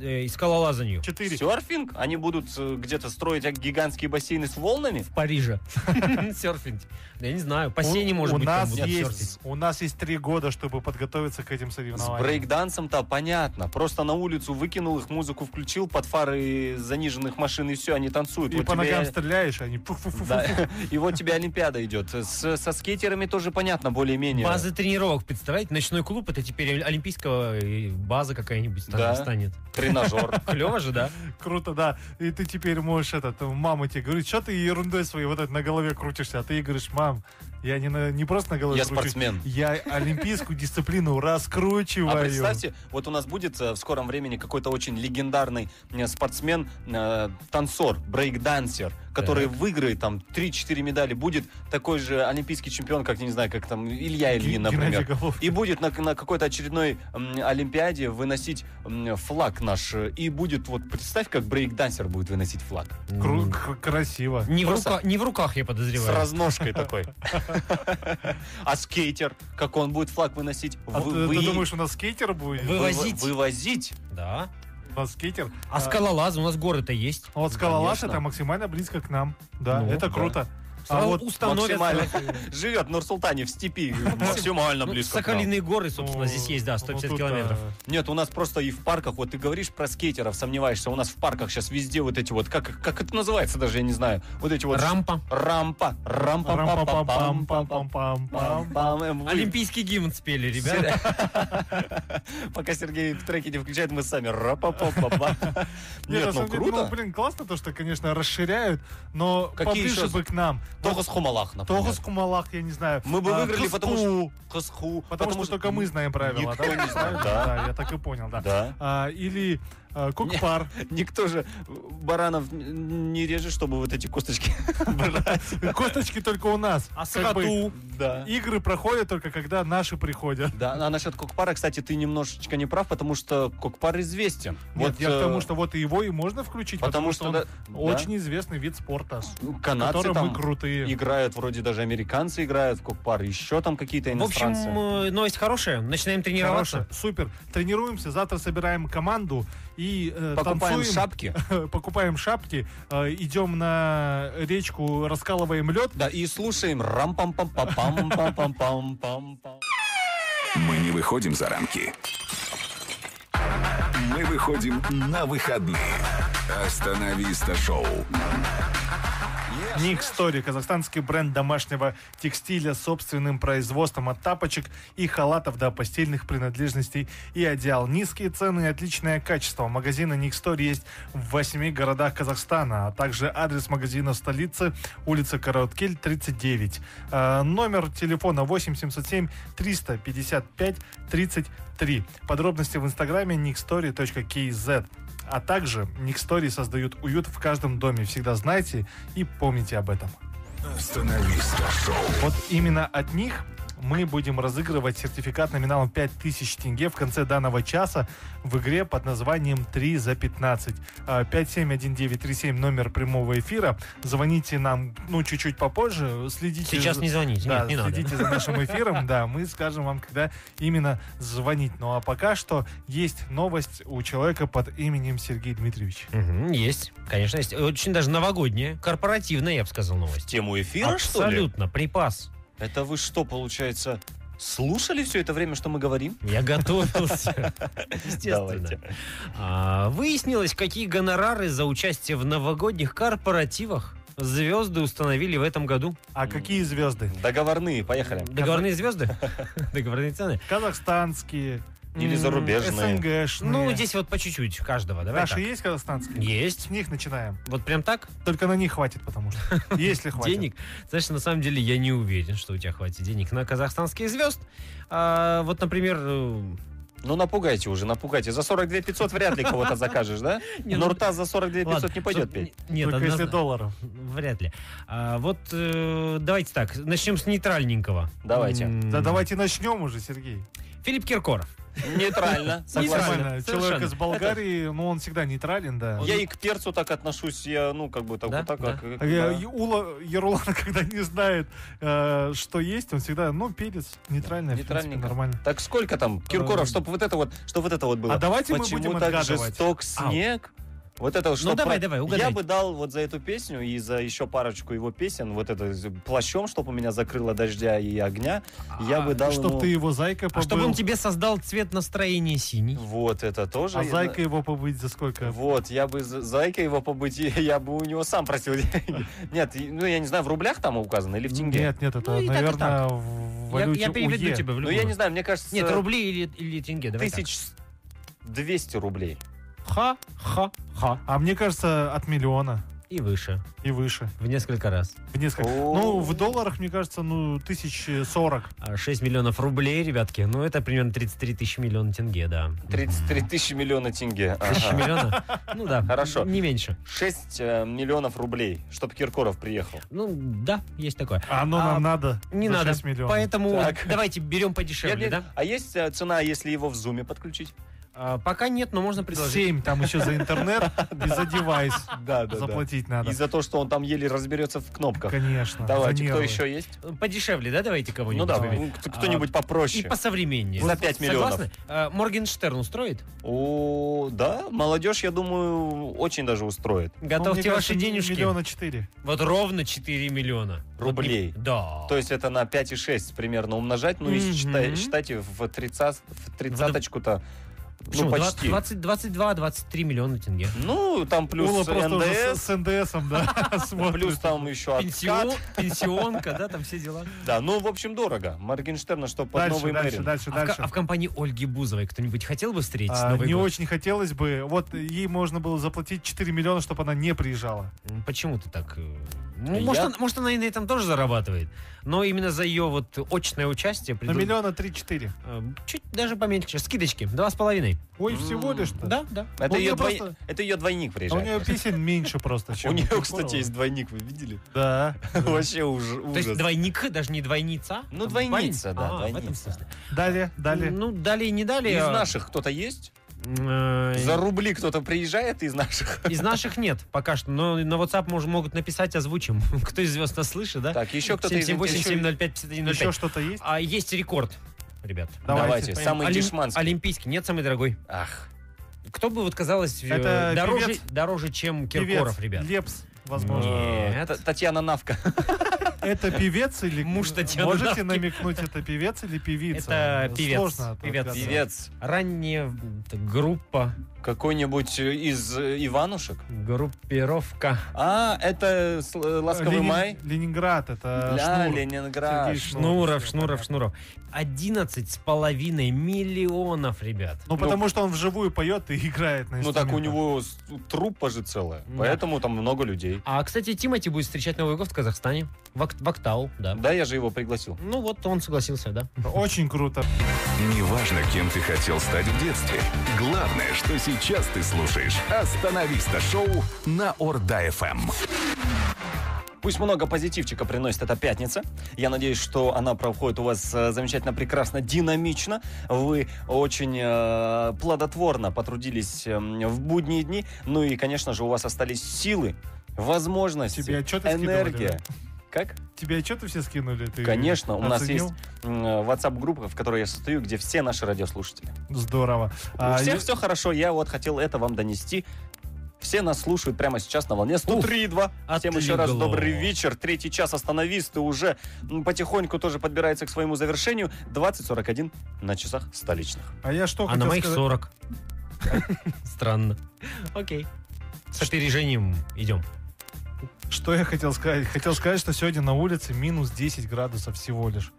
S3: э, и скалолазанию.
S4: четыре.
S5: Серфинг? Они будут э, где-то строить э, гигантские бассейны с волнами?
S3: В Париже. [LAUGHS] Серфинг. Я не знаю, по сене
S4: У-
S3: может
S4: у
S3: быть. там
S4: нас
S3: будут серфить.
S4: есть, у нас есть три года, чтобы подготовиться к этим
S5: С
S4: соревнованиям.
S5: брейкдансом-то понятно. Просто на улицу выкинул их, музыку включил под фары заниженных машин, и все, они танцуют.
S4: И
S5: Вот
S4: по
S5: тебе-
S4: ногам стреляешь, и они пуф-пуф-пуф.
S5: Да. [LAUGHS] И вот тебе Олимпиада идет. С- со скейтерами тоже понятно, более-менее.
S3: Базы тренировок, представляете? Ночной клуб это теперь олимпийского э, база какая-нибудь там
S5: Да.
S3: станет.
S4: [LAUGHS]
S5: Тренажер.
S3: Клево же, да?
S4: [LAUGHS] Круто, да. И ты теперь можешь этот, мама тебе говорит, что ты ерундой своей вот это на голове крутишься, а ты ей говоришь, мам, я не, на- не просто на голове
S5: Я
S4: кручусь,
S5: спортсмен.
S4: я олимпийскую дисциплину раскручиваю.
S5: А представьте, вот у нас будет э, в скором времени какой-то очень легендарный э, спортсмен, э, танцор, брейкдансер, который выиграет там 3-4 медали, будет такой же олимпийский чемпион, как, я не знаю, как там Илья
S4: Ген-
S5: Ильин,
S4: Геннадий
S5: например.
S4: Головкин.
S5: И будет на, на какой-то очередной м, Олимпиаде выносить м, флаг наш. э, И будет, вот представь, как брейкдансер будет выносить флаг.
S4: Кру- к- красиво.
S3: Не в,
S5: Просто-
S3: рука- не в руках, я
S5: С
S3: подозреваю.
S4: [LAUGHS]
S5: разножкой такой. А скейтер, как он будет флаг выносить?
S4: А
S5: Вы-
S4: ты,
S5: вы-
S4: ты думаешь, у нас скейтер будет?
S3: Вы- вывозить?
S5: Вывозить.
S3: Да.
S4: У нас скейтер.
S3: А скалолаз, у нас горы-то есть.
S4: А вот скалолаз
S5: Конечно.
S4: это максимально близко к нам. Да,
S3: Ну,
S4: это
S5: да.
S4: круто. А
S3: Сразу
S4: вот Ну,
S3: установят.
S5: максимально.
S4: [LAUGHS]
S5: Живет в Нур-Султане в степи. Максимально
S3: Ну,
S5: близко. к нам.
S3: Соколиные горы, собственно,
S4: Ну,
S3: здесь есть, да,
S4: ну,
S3: 150
S4: тут,
S3: километров.
S4: да.
S5: Нет, у нас просто и в парках, вот ты говоришь про скейтеров, сомневаешься, у нас в парках сейчас везде вот эти вот, как, как это называется даже, я не знаю, вот эти вот...
S3: Рампа.
S5: Рампа. Рампа.
S4: Рам-пам-пам-пам-пам-пам-пам.
S3: Олимпийский гимн спели, ребята.
S5: Пока Сергей треки не включает, мы сами. Ра-па-па-па-па.
S4: [LAUGHS] Нет, на
S5: Нет, ну
S4: самом деле, ну,
S5: круто.
S4: блин, классно то, что, конечно, расширяют, но
S5: Какие
S4: поближе
S5: еще?
S4: бы к нам.
S5: Тогас Хумалах, например.
S4: Тогас Кумалах, я не знаю.
S5: Мы бы
S4: А,
S5: выиграли, потому
S4: Кызку,
S5: что... Кызку.
S4: Потому, что, только мы знаем правила.
S5: Никто
S4: да?
S5: не знает, да.
S4: Да, я так и понял, да.
S5: Да.
S4: А, или а, Кукпар.
S5: [LAUGHS] Никто же баранов не реже, чтобы вот эти косточки
S4: [LAUGHS]
S5: брать.
S4: Косточки только у нас.
S3: А
S4: [LAUGHS] Как бы
S3: сроту.
S5: Да.
S4: Игры проходят только когда наши приходят.
S5: Да, а насчет Кокпара, кстати, ты немножечко не прав, потому что Кокпар известен.
S4: Нет, я к
S5: э,
S4: тому, что вот его и можно включить,
S5: потому что,
S4: он
S5: да, да.
S4: очень известный вид спорта,
S5: ну,
S4: в
S5: канадцы
S4: котором
S5: там
S4: мы крутые.
S5: играют, вроде даже американцы играют в Кокпар, еще там какие-то
S3: В общем,
S5: иностранцы.
S3: э, новость хорошая. Начинаем тренироваться.
S4: Хорошо, супер. Тренируемся, завтра собираем команду и э,
S5: Покупаем
S4: танцуем.
S5: шапки.
S4: [LAUGHS] покупаем шапки, э, идем на речку, раскалываем лед.
S5: Да, и слушаем рам пам пам пам пам пам пам пам пам пам
S2: Мы не выходим за рамки. Мы выходим на выходные. «Остановиста» шоу
S4: Ник Стори, казахстанский бренд домашнего текстиля с собственным производством от тапочек и халатов до постельных принадлежностей и одеял. Низкие цены и отличное качество. Магазины Ник Стори есть в восьми городах Казахстана, а также адрес магазина в столице, улица Короткель, 39. Э, Номер телефона 877 355 33. Подробности в инстаграме nixtory.kz. А также Никстори создают уют в каждом доме. Всегда знайте и помните об этом.
S2: Остановиста шоу.
S4: Вот именно от них мы будем разыгрывать сертификат номиналом 5000 тенге в конце данного часа в игре под названием 3 за 15. А, 571937 номер прямого эфира. Звоните нам, ну, чуть-чуть попозже. Следите
S3: Сейчас
S4: за-
S3: не звоните,
S4: да,
S3: нет, не надо.
S4: следите за
S3: [LAUGHS]
S4: нашим эфиром, да, мы скажем вам, когда именно звонить. Ну а пока что есть новость у человека под именем Сергей Дмитриевич.
S3: Мгм, есть, конечно, есть. Очень даже новогодняя, корпоративная, я бы сказал, новость.
S5: Тему эфира, Типа что ли?
S3: Абсолютно, припас.
S5: Это вы что, получается, слушали все это время, что мы говорим?
S3: Я
S5: [LAUGHS]
S3: готовился. Естественно.
S5: Давайте.
S3: А, Выяснилось, какие гонорары за участие в новогодних корпоративах звезды установили в этом году.
S4: А какие звезды?
S5: Договорные, поехали.
S3: Договорные
S5: [LAUGHS]
S3: звезды? Договорные цены?
S4: Казахстанские,
S5: Или
S3: М,
S5: зарубежные.
S4: СНГшные.
S3: Ну, здесь вот по чуть-чуть каждого. Давай
S4: Наши
S3: так.
S4: есть казахстанские?
S3: Есть.
S4: С них начинаем.
S3: Вот прям так?
S4: Только на них хватит,
S3: [LAUGHS]
S4: потому что. Если хватит.
S3: Денег? Знаешь, на самом деле я не уверен, что у тебя хватит денег на казахстанские звезд. А, вот, например, э,
S5: Ну, напугайте уже, напугайте. За 42 500 вряд ли кого-то закажешь, да?
S3: [LAUGHS] Не, ну,
S5: Нуртаз за 42
S3: ладно,
S5: 500 не пойдет
S3: чтоб-
S5: петь.
S3: Нет,
S4: Только если
S3: однозна-
S4: долларов.
S3: Вряд ли. А, вот э, давайте так, начнем с нейтральненького.
S5: Давайте.
S3: М,
S4: Да давайте начнем уже, Сергей.
S3: Филипп Киркоров. а
S5: Нейтрально,
S3: [LAUGHS]
S5: согласен.
S3: Нейтрально.
S4: Нормально.
S3: совершенно.
S4: Человек из Болгарии, ну он всегда нейтрален, да.
S5: Я и к перцу так отношусь, я, ну, как бы так
S3: Да,
S5: вот так.
S3: да.
S5: как-
S4: А я-
S5: да.
S4: и Ула Ерулан, [LAUGHS] когда не знает, э, что есть, он всегда, ну, перец, нейтральный, в принципе,
S5: Нейтральненько.
S4: нормально.
S5: Так сколько там, Киркоров,
S4: Эм.
S5: чтобы вот это вот, что вот это вот было?
S4: А давайте мы
S5: Почему
S4: будем
S5: так
S4: отгадывать? Ну
S5: жесток снег? Вот это вот что
S3: давай, давай,
S5: Я
S3: угадайте.
S5: бы дал вот за эту песню и за еще парочку его песен, вот это з- плащом, чтобы у меня закрыло дождя и огня, я бы дал
S4: А, ну Чтоб
S5: ему-
S4: ты его зайкой
S3: А
S4: побыл.
S3: чтобы он тебе создал цвет настроения синий.
S5: Вот это тоже.
S4: а
S5: я-
S4: зайка его побыть за сколько?
S5: Вот, я бы за- зайка его побыть, и [LAUGHS] я бы у него сам просил [LAUGHS] деньги. Нет, и- ну я не знаю, в рублях там указано или в тенге?
S4: Нет, нет, это,
S3: Ну, и так, и
S4: наверное,
S3: так.
S4: в
S3: Я,
S4: валюте
S3: я переведу
S4: УЕ.
S3: тебя в
S5: Ну
S3: любую.
S5: я не знаю, мне кажется,
S3: Нет, рубли или, или тенге, давай так.
S5: тысяч двести рублей.
S3: Ха, ха, ха.
S4: А мне кажется, от миллиона
S3: И выше.
S4: и выше.
S3: В несколько раз.
S4: В несколько.
S5: О.
S4: Ну, в долларах, мне кажется, ну, тысяч э, сорок.
S3: А 6 миллионов рублей, ребятки. Ну, это примерно 33 тысячи миллиона тенге, да.
S5: 33 тысячи миллиона тенге. Ага.
S3: Тысяча миллиона? Ну да.
S5: Хорошо.
S3: Не меньше.
S5: 6 э, миллионов рублей, чтобы Киркоров приехал.
S3: Ну, да, есть такое.
S4: А оно
S3: А,
S4: нам надо.
S3: Не
S4: за
S3: надо.
S4: 6 миллионов.
S3: Поэтому
S5: Ну, Так.
S3: давайте берем
S5: Я
S3: подешевле,
S5: не-
S3: да?
S5: А есть э, цена, если его в зуме подключить?
S3: А, Пока нет, но можно предложить.
S4: Семь там еще за [LAUGHS] интернет и за девайс
S5: Да,
S4: заплатить надо.
S5: И за то, что он там еле разберется в кнопках.
S4: Конечно.
S5: Давайте,
S4: за
S5: кто
S4: нервы.
S5: еще есть?
S3: Подешевле, да, давайте кого-нибудь.
S5: Ну да,
S3: выберем.
S5: ну, кто- кто-нибудь попроще.
S3: И посовременнее.
S5: За пять миллионов.
S3: Согласны? А, Моргенштерн устроит?
S5: О, да, молодежь, я думаю, очень даже устроит.
S4: Ну, мне
S3: Готовьте ваши
S4: кажется,
S3: денежки.
S4: Миллиона четыре.
S3: Вот ровно 4 миллиона.
S5: Рублей.
S3: Вот не- Да.
S5: То есть это на 5,6 примерно умножать, ну и
S3: Мгм.
S5: считай- считайте в 30, в тридцаточку-то,
S3: Почему?
S5: ну почти.
S3: 20, 22-23 миллиона тенге.
S5: Ну, там плюс
S4: Ула просто уже с, [LAUGHS] с
S5: НДС,
S4: НДСом,
S5: [LAUGHS]
S4: да, смотрит.
S5: плюс там еще откат.
S3: Пенсион, пенсионка, да, там все дела.
S5: Да, ну, в общем, дорого. Моргенштерна, что под
S4: Дальше,
S5: новый
S4: дальше,
S5: Мэрин.
S4: дальше,
S3: А в, ка-
S4: дальше.
S3: а в компании Ольги Бузовой кто-нибудь хотел бы встретить
S4: А,
S3: Новый
S4: не
S3: год?
S4: очень хотелось бы. Вот ей можно было заплатить 4 миллиона, чтобы она не приезжала.
S3: М, Почему ты так... э, ну,
S5: А Я-
S3: может, он- может, она и на этом тоже зарабатывает. Но именно за ее вот очное участие...
S4: На
S3: придут-
S4: миллиона 3-4.
S3: э, Чуть даже поменьше. Скидочки. Два с половиной.
S4: Ой, всего лишь-то.
S3: Да, да.
S5: Это,
S4: Ну,
S5: ее
S4: я
S5: двой-
S4: просто-
S5: это ее двойник
S4: А у нее
S5: приезжает.
S4: песен меньше
S5: [LAUGHS]
S4: просто, чем
S5: у нее,
S4: Киркорова.
S5: кстати, есть двойник, вы видели?
S4: Да.
S5: [LAUGHS] Вообще уж-
S3: То есть
S5: ужас.
S3: двойник, даже не двойница?
S5: Ну,
S3: Там
S5: двойница,
S3: парень?
S5: да,
S3: А, в этом
S5: двойница.
S3: смысле.
S4: Далее, далее.
S3: Ну, далее, не далее.
S5: Из
S3: а,
S5: наших кто-то есть?
S3: э,
S5: За рубли кто-то приезжает из наших?
S3: Из наших нет пока что, но на WhatsApp мож- могут написать, озвучим. [LAUGHS] Кто из звезд нас слышит, да?
S5: Так, еще кто-то из
S3: 778
S5: интересных.
S3: 705 5105.
S4: Еще что-то есть?
S3: А есть рекорд, ребят.
S5: Давайте,
S4: Давайте.
S5: самый
S3: Олим-
S5: дешманский.
S3: Олимпийский, нет, самый дорогой.
S5: Ах,
S3: Кто бы, вот казалось, э,
S4: Это
S3: дороже,
S4: певец.
S3: дороже, чем
S4: Певец.
S3: Киркоров, ребят? Ну.
S4: Лепс, возможно.
S3: Нет.
S5: Э, Т- Татьяна Навка.
S4: Это певец
S3: [LAUGHS]
S4: или...
S3: Муж Татьяны Навки.
S4: Можете намекнуть, это певец или певица?
S3: Это певец.
S4: Сложно
S3: Певец.
S4: отгадать.
S5: Певец.
S3: Ранняя м, т- группа
S5: Какой-нибудь э, из э, Иванушек?
S3: Группировка.
S5: А, это с- э, «Ласковый
S4: Ленин-
S5: май»?
S4: Ленинград, это
S5: Ля,
S4: Шнуров.
S5: Ленинград.
S4: Сергей
S3: Шнуров,
S4: всё
S3: Шнуров, Шнуров. 11 с половиной миллионов, ребят.
S4: Ну, потому что он вживую поет и [LAUGHS] играет на
S5: Ну так у
S4: инструментах.
S5: него с- труппа же целая,
S3: Да.
S5: поэтому там много людей.
S3: А, кстати, Тимати будет встречать Новый год в Казахстане. В, Ак- в Актау, да.
S5: Да, я же его пригласил.
S3: Ну вот он согласился, да.
S4: Очень круто.
S2: Неважно, кем ты хотел стать в детстве. Главное, что сейчас ты слушаешь «Остановиста» шоу на Орда-ФМ.
S5: Пусть много позитивчика приносит эта пятница. Я надеюсь, что она проходит у вас э, замечательно, прекрасно, динамично. Вы очень э, плодотворно потрудились э, в будние дни. Ну и, конечно же, у вас остались силы, возможности,
S4: Тебе отчеты скидывали,
S5: энергия. Как?
S4: Тебе отчеты все скинули? Ты
S5: Конечно, у нас
S4: оценил?
S5: есть м, э, WhatsApp-группа, в которой я состою, где все наши радиослушатели.
S4: Здорово. А,
S5: у всех
S4: я-
S5: все хорошо, я вот хотел это вам донести. Все нас слушают прямо сейчас на волне 103.2. Всем еще раз
S3: отлегло.
S5: добрый вечер. Третий час остановисты уже м, потихоньку тоже подбирается к своему завершению. 20.41 на часах столичных.
S4: а я что
S3: А на
S4: хотел
S3: моих
S4: сказать?
S3: 40. Странно. Окей. С опережением идем.
S4: Что я хотел сказать? Хотел сказать, что сегодня на улице минус 10 градусов всего лишь.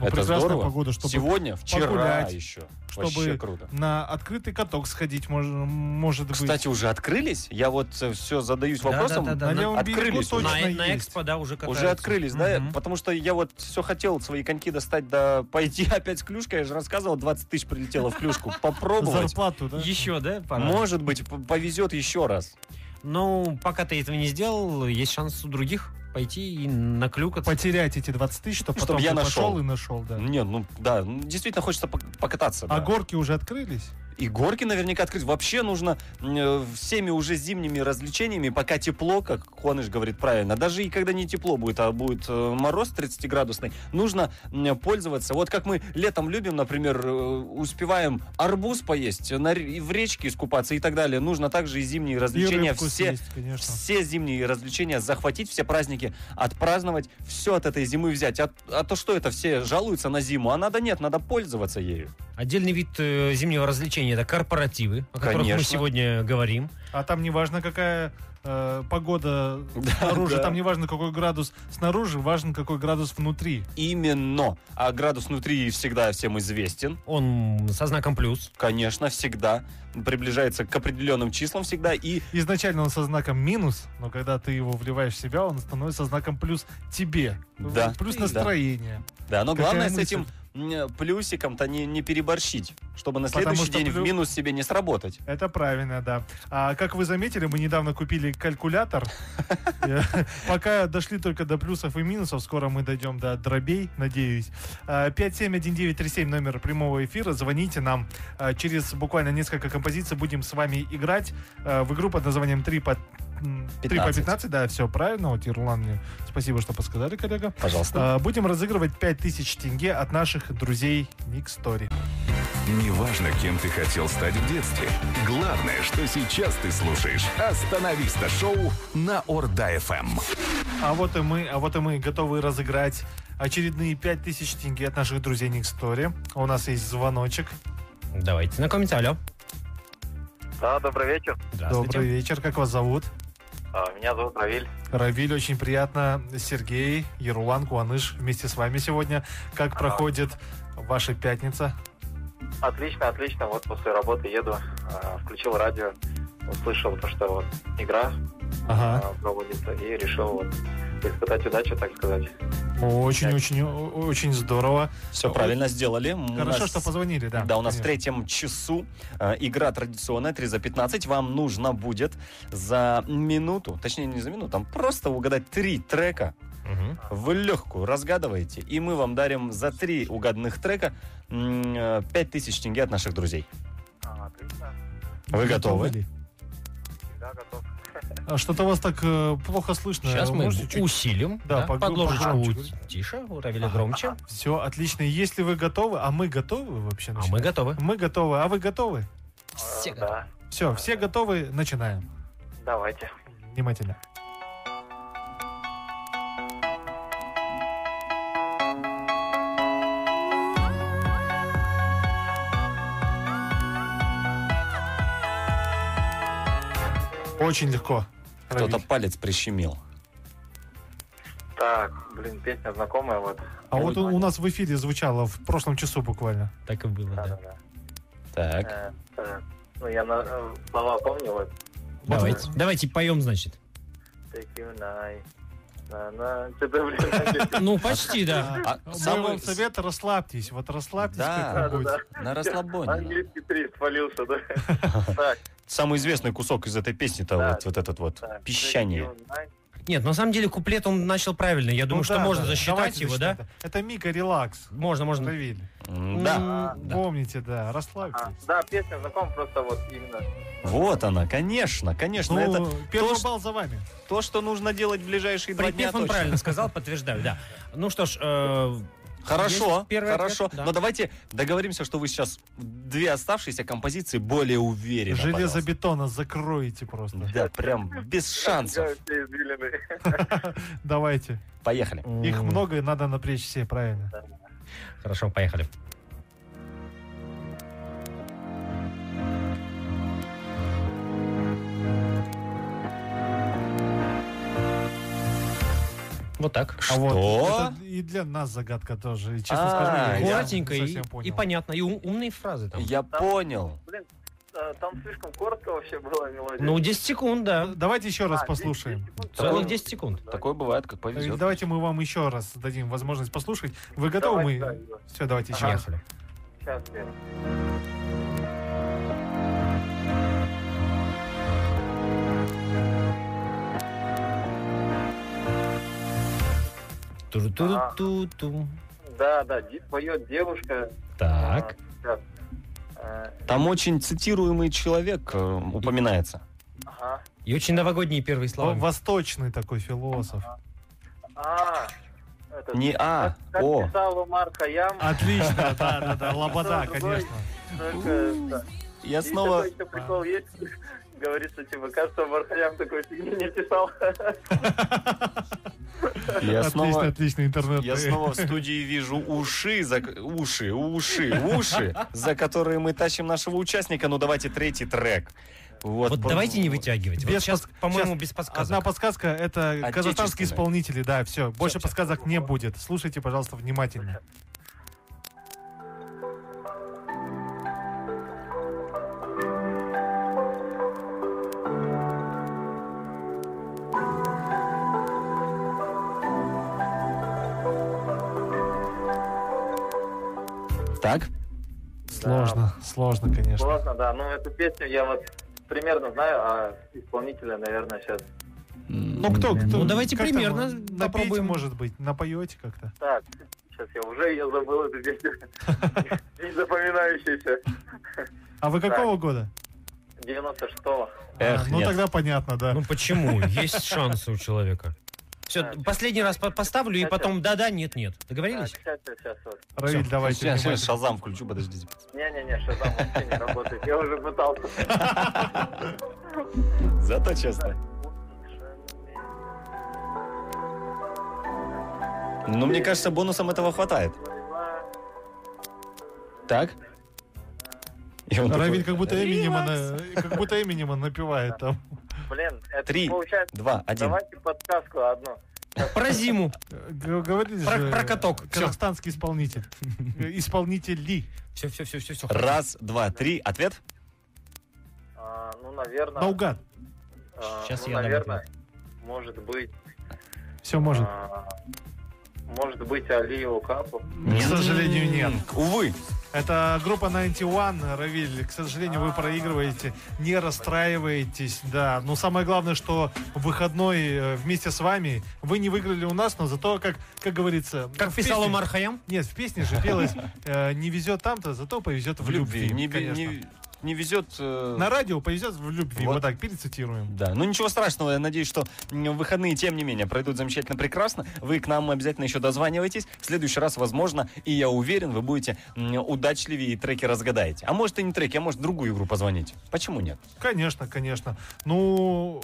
S4: Ну,
S5: это
S4: прекрасная
S5: здорово.
S4: погода, чтобы
S5: Сегодня, вчера
S4: погулять,
S5: еще.
S4: чтобы-
S5: Вообще круто.
S4: на открытый каток сходить, мож- может быть.
S5: Кстати, уже открылись? Я вот все задаюсь
S3: Да,
S5: вопросом.
S3: да, да,
S4: на
S3: на-
S4: левом берегу
S5: открылись
S4: точно
S5: уже.
S3: На, на
S4: есть.
S3: экспо, да, уже катаются.
S5: Уже открылись, да?
S3: Мгм.
S5: Потому что я вот все хотел свои коньки достать, да пойти [LAUGHS] опять с клюшкой. Я же рассказывал, 20 тысяч прилетело в клюшку. Попробовать.
S4: Зарплату, да?
S3: Еще, да, пора?
S5: Может быть, п- повезет еще раз.
S3: Ну, пока ты этого не сделал, есть шанс у других пойти и наклюкаться.
S4: Потерять эти 20 тысяч, чтобы,
S5: Чтоб
S4: потом
S5: я
S4: ты пошел
S5: нашел.
S4: и нашел, да.
S5: Не, ну да, ну, действительно хочется пок- покататься. да.
S4: А горки уже открылись?
S5: И горки наверняка открыть. Вообще нужно э, всеми уже зимними развлечениями, пока тепло, как Коныш говорит правильно, даже и когда не тепло будет, а будет э, мороз 30-градусный, нужно м, пользоваться. Вот как мы летом любим, например, э, успеваем арбуз поесть, на ре- и в речке искупаться и так далее. Нужно также и зимние развлечения
S4: и рыбку
S5: все
S4: съесть, конечно.
S5: все зимние развлечения захватить, все праздники отпраздновать, все от этой зимы взять. А, а то что это все жалуются на зиму, а надо нет, надо пользоваться
S4: [LAUGHS]
S5: ею.
S3: Отдельный вид э, зимнего развлечения это корпоративы, о которых мы
S5: Конечно.
S3: сегодня говорим.
S4: А там неважно, какая э, погода
S5: [LAUGHS] Да,
S4: снаружи,
S5: да.
S4: там неважно, какой градус снаружи, важен, какой градус внутри.
S5: Именно. А градус внутри всегда всем известен.
S3: Он со знаком плюс.
S5: Конечно, всегда приближается к определенным числам всегда. И
S4: Изначально он со знаком минус, но когда ты его вливаешь в себя, он становится знаком плюс тебе.
S5: Да.
S4: Плюс
S5: Да.
S4: настроение.
S5: да, но
S4: Какая
S5: главное с
S4: мысль?
S5: этим м, э, плюсиком-то не, не переборщить, чтобы на
S4: Потому
S5: следующий
S4: что
S5: день в
S4: плю-
S5: минус себе не сработать.
S4: Это правильно, да. А как вы заметили, мы недавно купили калькулятор. Э, Пока дошли только до плюсов и минусов, скоро мы дойдем до дробей, надеюсь. А, 571937 номер прямого эфира. Звоните нам. А, Через буквально несколько композиций будем с вами играть э, в игру под названием 3 по м, 3 по
S5: 15.
S4: 15. Да, все правильно. Вот Ирлан мне спасибо, что подсказали, коллега.
S5: Пожалуйста.
S4: А, Будем разыгрывать 5000 тенге от наших друзей Ник Стори.
S2: Неважно, кем ты хотел стать в детстве. Главное, что сейчас ты слушаешь «Остановиста» шоу на Эм. Орда-ФМ.
S4: А вот и мы, а вот и мы готовы разыграть очередные 5000 тенге от наших друзей Никстори. У нас есть звоночек.
S3: Давайте знакомиться. Алло.
S6: Да, добрый вечер.
S3: Здравствуйте.
S4: Добрый вечер, как вас зовут?
S6: А, Меня зовут Равиль.
S4: Равиль, очень приятно. Сергей, Ярулан, Куаныш вместе с вами сегодня. Как проходит ваша пятница?
S6: Отлично, отлично. Вот после работы еду, а, включил радио, услышал то, что вот игра
S4: Ага.
S6: а, проводится, и решил вот испытать удачу, так сказать.
S4: Очень-очень очень здорово.
S5: Все правильно сделали. У
S4: Хорошо,
S5: нас-
S4: что позвонили, да.
S5: Да, у нас в
S4: конечно.
S5: третьем часу э, игра традиционная 3 за 15. Вам нужно будет за минуту, точнее не за минуту, там просто угадать три трека.
S4: Э,
S3: Мгм.
S5: Вы легкую разгадываете, и мы вам дарим за три угаданных трека м, э, 5000 тенге от наших друзей.
S6: А, отлично,
S5: Вы готовы?
S4: ли?
S6: всегда готов.
S4: А Что-то вас так э, плохо слышно.
S3: Сейчас мы
S4: Можете чуть-
S3: усилим.
S4: Да,
S3: Да,
S4: погру-
S3: подложечку
S4: погромче.
S3: тише, у Равиля громче. а
S4: Все отлично. Если вы готовы, а мы готовы вообще?
S3: А
S4: начинать?
S3: мы готовы.
S4: мы готовы. А вы готовы?
S3: Все
S6: А,
S3: готовы.
S6: Да,
S4: Все, все готовы, начинаем.
S6: давайте.
S4: Внимательно. Очень легко.
S5: Кто-то
S4: Равиль.
S5: палец прищемил.
S6: Так, блин, песня знакомая, вот.
S4: А вот у, у нас в эфире звучало в прошлом часу буквально.
S3: Так и было, да.
S6: Да-да-да.
S5: Так.
S6: Э, э, Ну, я на- э, слова помню, вот.
S3: Давайте, давайте поем, значит.
S6: Take you night. На-на. Что-то,
S5: [LAUGHS]
S6: блин, на-
S3: Ну, почти, да.
S5: А
S4: Мой
S5: самый-
S4: вам совет, расслабьтесь. Вот расслабьтесь
S5: Да.
S4: как вы будете.
S5: На расслабоне.
S6: Английский три свалился,
S5: [LAUGHS]
S6: да. Так,
S5: Самый известный кусок из этой песни-то
S6: Да.
S5: вот, вот этот вот.
S6: так.
S5: Пищание.
S6: Take you night.
S3: Нет, на самом деле куплет он начал правильно. Я думаю,
S4: Ну
S3: что
S4: да,
S3: можно
S4: да.
S3: засчитать
S4: Давайте
S3: его, да?
S4: засчитаем. Это Мика Релакс.
S3: Можно, можно.
S4: Равиль.
S5: М, Да.
S3: М,
S4: Помните, да,
S6: А,
S4: расслабьтесь.
S6: Да, песня знакома, просто вот именно.
S5: Вот она, конечно, конечно.
S4: Ну,
S5: это
S4: первый
S5: то, что-
S4: балл за вами.
S5: то, что нужно делать в ближайшие два дня
S3: Припев он
S5: точно.
S3: правильно сказал, подтверждаю, да. Ну что ж, э,
S5: Хорошо,
S3: Есть первый
S5: хорошо.
S3: ответ, да.
S5: Но давайте договоримся, что вы сейчас две оставшиеся композиции более уверенно. пожалуйста.
S4: Железобетона закроете просто.
S5: Да, прям без шансов.
S6: Я все извилины.
S4: Давайте.
S5: Поехали.
S4: Их
S3: м,
S4: много, и надо напрячь все, правильно.
S3: Хорошо, поехали. Вот так.
S4: А вот,
S5: Что?
S4: это и для нас загадка тоже. И, честно
S5: А,
S4: скажу, я
S3: Коротенько
S4: не
S3: и,
S4: совсем понял.
S3: и понятно. И ум- умные фразы там.
S5: Я понял.
S6: Блин, э, там слишком коротко вообще была мелодия.
S3: Ну, 10 секунд, да.
S4: Давайте еще раз
S6: А,
S4: послушаем.
S6: 10 секунд.
S3: Целых
S5: Такой-
S3: 10 секунд.
S5: Такое бывает, как
S4: Равиль,
S5: повезет.
S4: Давайте мы вам еще раз дадим возможность послушать. Вы готовы?
S6: Давай,
S4: мы...
S6: да, Иван.
S4: Все, давайте еще раз.
S3: Поехали.
S6: Сейчас я.
S3: Ту-ту-ту-ту.
S6: Да, да, де- поет девушка.
S3: Так.
S6: А, сейчас. Э,
S5: Там очень цитируемый человек э, упоминается.
S6: Ага.
S3: И очень новогодние первые
S4: Во-
S3: слова.
S4: Восточный такой философ.
S6: А, это-
S5: Не А,
S6: Как- Как
S5: О.
S6: писал Умар Хаям,
S4: А,
S5: [LAUGHS]
S4: Отлично, да, да, да, лобода,
S6: Что, другой?
S4: конечно.
S6: только... да.
S5: Я
S6: И
S5: снова...
S6: такой еще прикол есть. Говорится, типа, кажется, Умар Хаям такой фигни не писал.
S5: Я
S4: Отлично,
S5: снова...
S4: отлично, интернет. [LAUGHS]
S5: Я снова в студии вижу уши, за... к- уши, уши, уши, за которые мы тащим нашего участника. Ну давайте третий трек.
S3: Вот
S5: по-
S3: давайте не вытягивать. Вот
S4: Без
S3: сейчас,
S4: пос-
S3: по-моему, без
S4: щас Одна
S3: подсказок.
S4: подсказка — это казахстанские
S5: Отечественные.
S4: исполнители, да, все. Больше
S3: всё.
S4: подсказок не будет. Слушайте, пожалуйста, внимательно.
S5: Так?
S4: Сложно, сложно, конечно.
S6: Сложно, да. Ну, эту песню я вот примерно знаю, а исполнителя, наверное, сейчас.
S4: Ну, кто, кто?
S3: Ну, давайте
S4: как там,
S3: примерно
S4: э, напейте,
S3: попробуем.
S4: может быть, напоете как-то.
S6: Так, сейчас я уже ее забыл, эту песню. [LAUGHS] Не запоминающаяся.
S4: А вы какого года?
S6: 96-го.
S5: Эх,
S4: А, ну,
S5: нет.
S4: тогда понятно, да.
S3: Ну почему? Есть шансы у человека. Все,
S6: Так.
S3: последний раз по- поставлю и потом да-да, нет-нет. Договорились?
S6: Сейчас, сейчас, вот.
S4: Равиль, давайте.
S5: Сейчас, сейчас
S4: внимательно.
S5: Шазам включу, подождите.
S6: Не-не-не, Шазам вообще не работает. Я уже пытался.
S5: Зато честно. Ну, мне кажется, бонусом этого хватает. Так? И он
S4: Равиль
S5: такой,
S4: как будто Эминема, на- [LAUGHS] как будто Эминема напевает там.
S6: Блин, это
S5: Три,
S6: получается...
S5: Два, один.
S6: Давайте подсказку одну.
S3: Про зиму.
S4: Г- Говорили
S3: Про-
S4: же,
S3: про каток. Всё.
S4: Казахстанский исполнитель. Исполнители.
S3: Все, все, все, все, все.
S5: Раз, два, три. Ответ?
S6: А, ну, наверное...
S4: Наугад.
S6: а,
S3: Щас
S6: ну,
S3: я дам
S6: наверное, может быть...
S4: Все может.
S6: а, может быть, Алиеву Капу.
S4: К сожалению, нет.
S5: Увы.
S4: Это группа 91, Равиль. К сожалению, вы проигрываете. Не расстраиваетесь, да. Но самое главное, что в выходной э, вместе с вами вы не выиграли у нас, но зато, как, как говорится...
S3: Как
S4: в
S3: писал
S4: песне-
S3: Умар Хаям?
S4: Нет, в песне же пелось э, «Не везет там-то, зато повезет в любви».
S5: Не, бе-
S4: конечно.
S5: не- не везет... э,
S4: На радио повезет в любви.
S5: Вот.
S4: Вот, так перецитируем.
S5: Да, ну ничего страшного, я надеюсь, что м, выходные, тем не менее, пройдут замечательно прекрасно. Вы к нам обязательно еще дозваниваетесь. В следующий раз, возможно, и я уверен, вы будете м, удачливее и треки разгадаете. А может и не треки, а может другую игру позвонить. Почему нет?
S4: Конечно, конечно. Ну,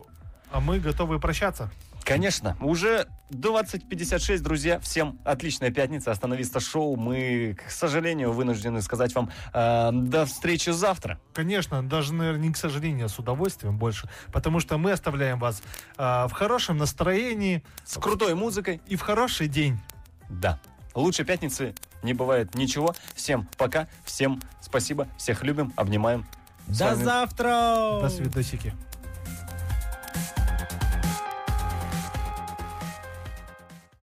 S4: а мы готовы прощаться.
S5: Конечно. Уже 20.56, друзья. Всем отличная пятница. Остановиста шоу. Мы, к сожалению, вынуждены сказать вам э, до встречи завтра.
S4: Конечно, даже, наверное, не к сожалению, а с удовольствием больше. Потому что мы оставляем вас а, в хорошем настроении
S5: С крутой музыкой.
S4: и в хороший день.
S5: Да. Лучше пятницы не бывает ничего. Всем пока. Всем спасибо. Всех любим. Обнимаем. С
S3: До
S5: вами
S3: завтра!
S4: До свидосики.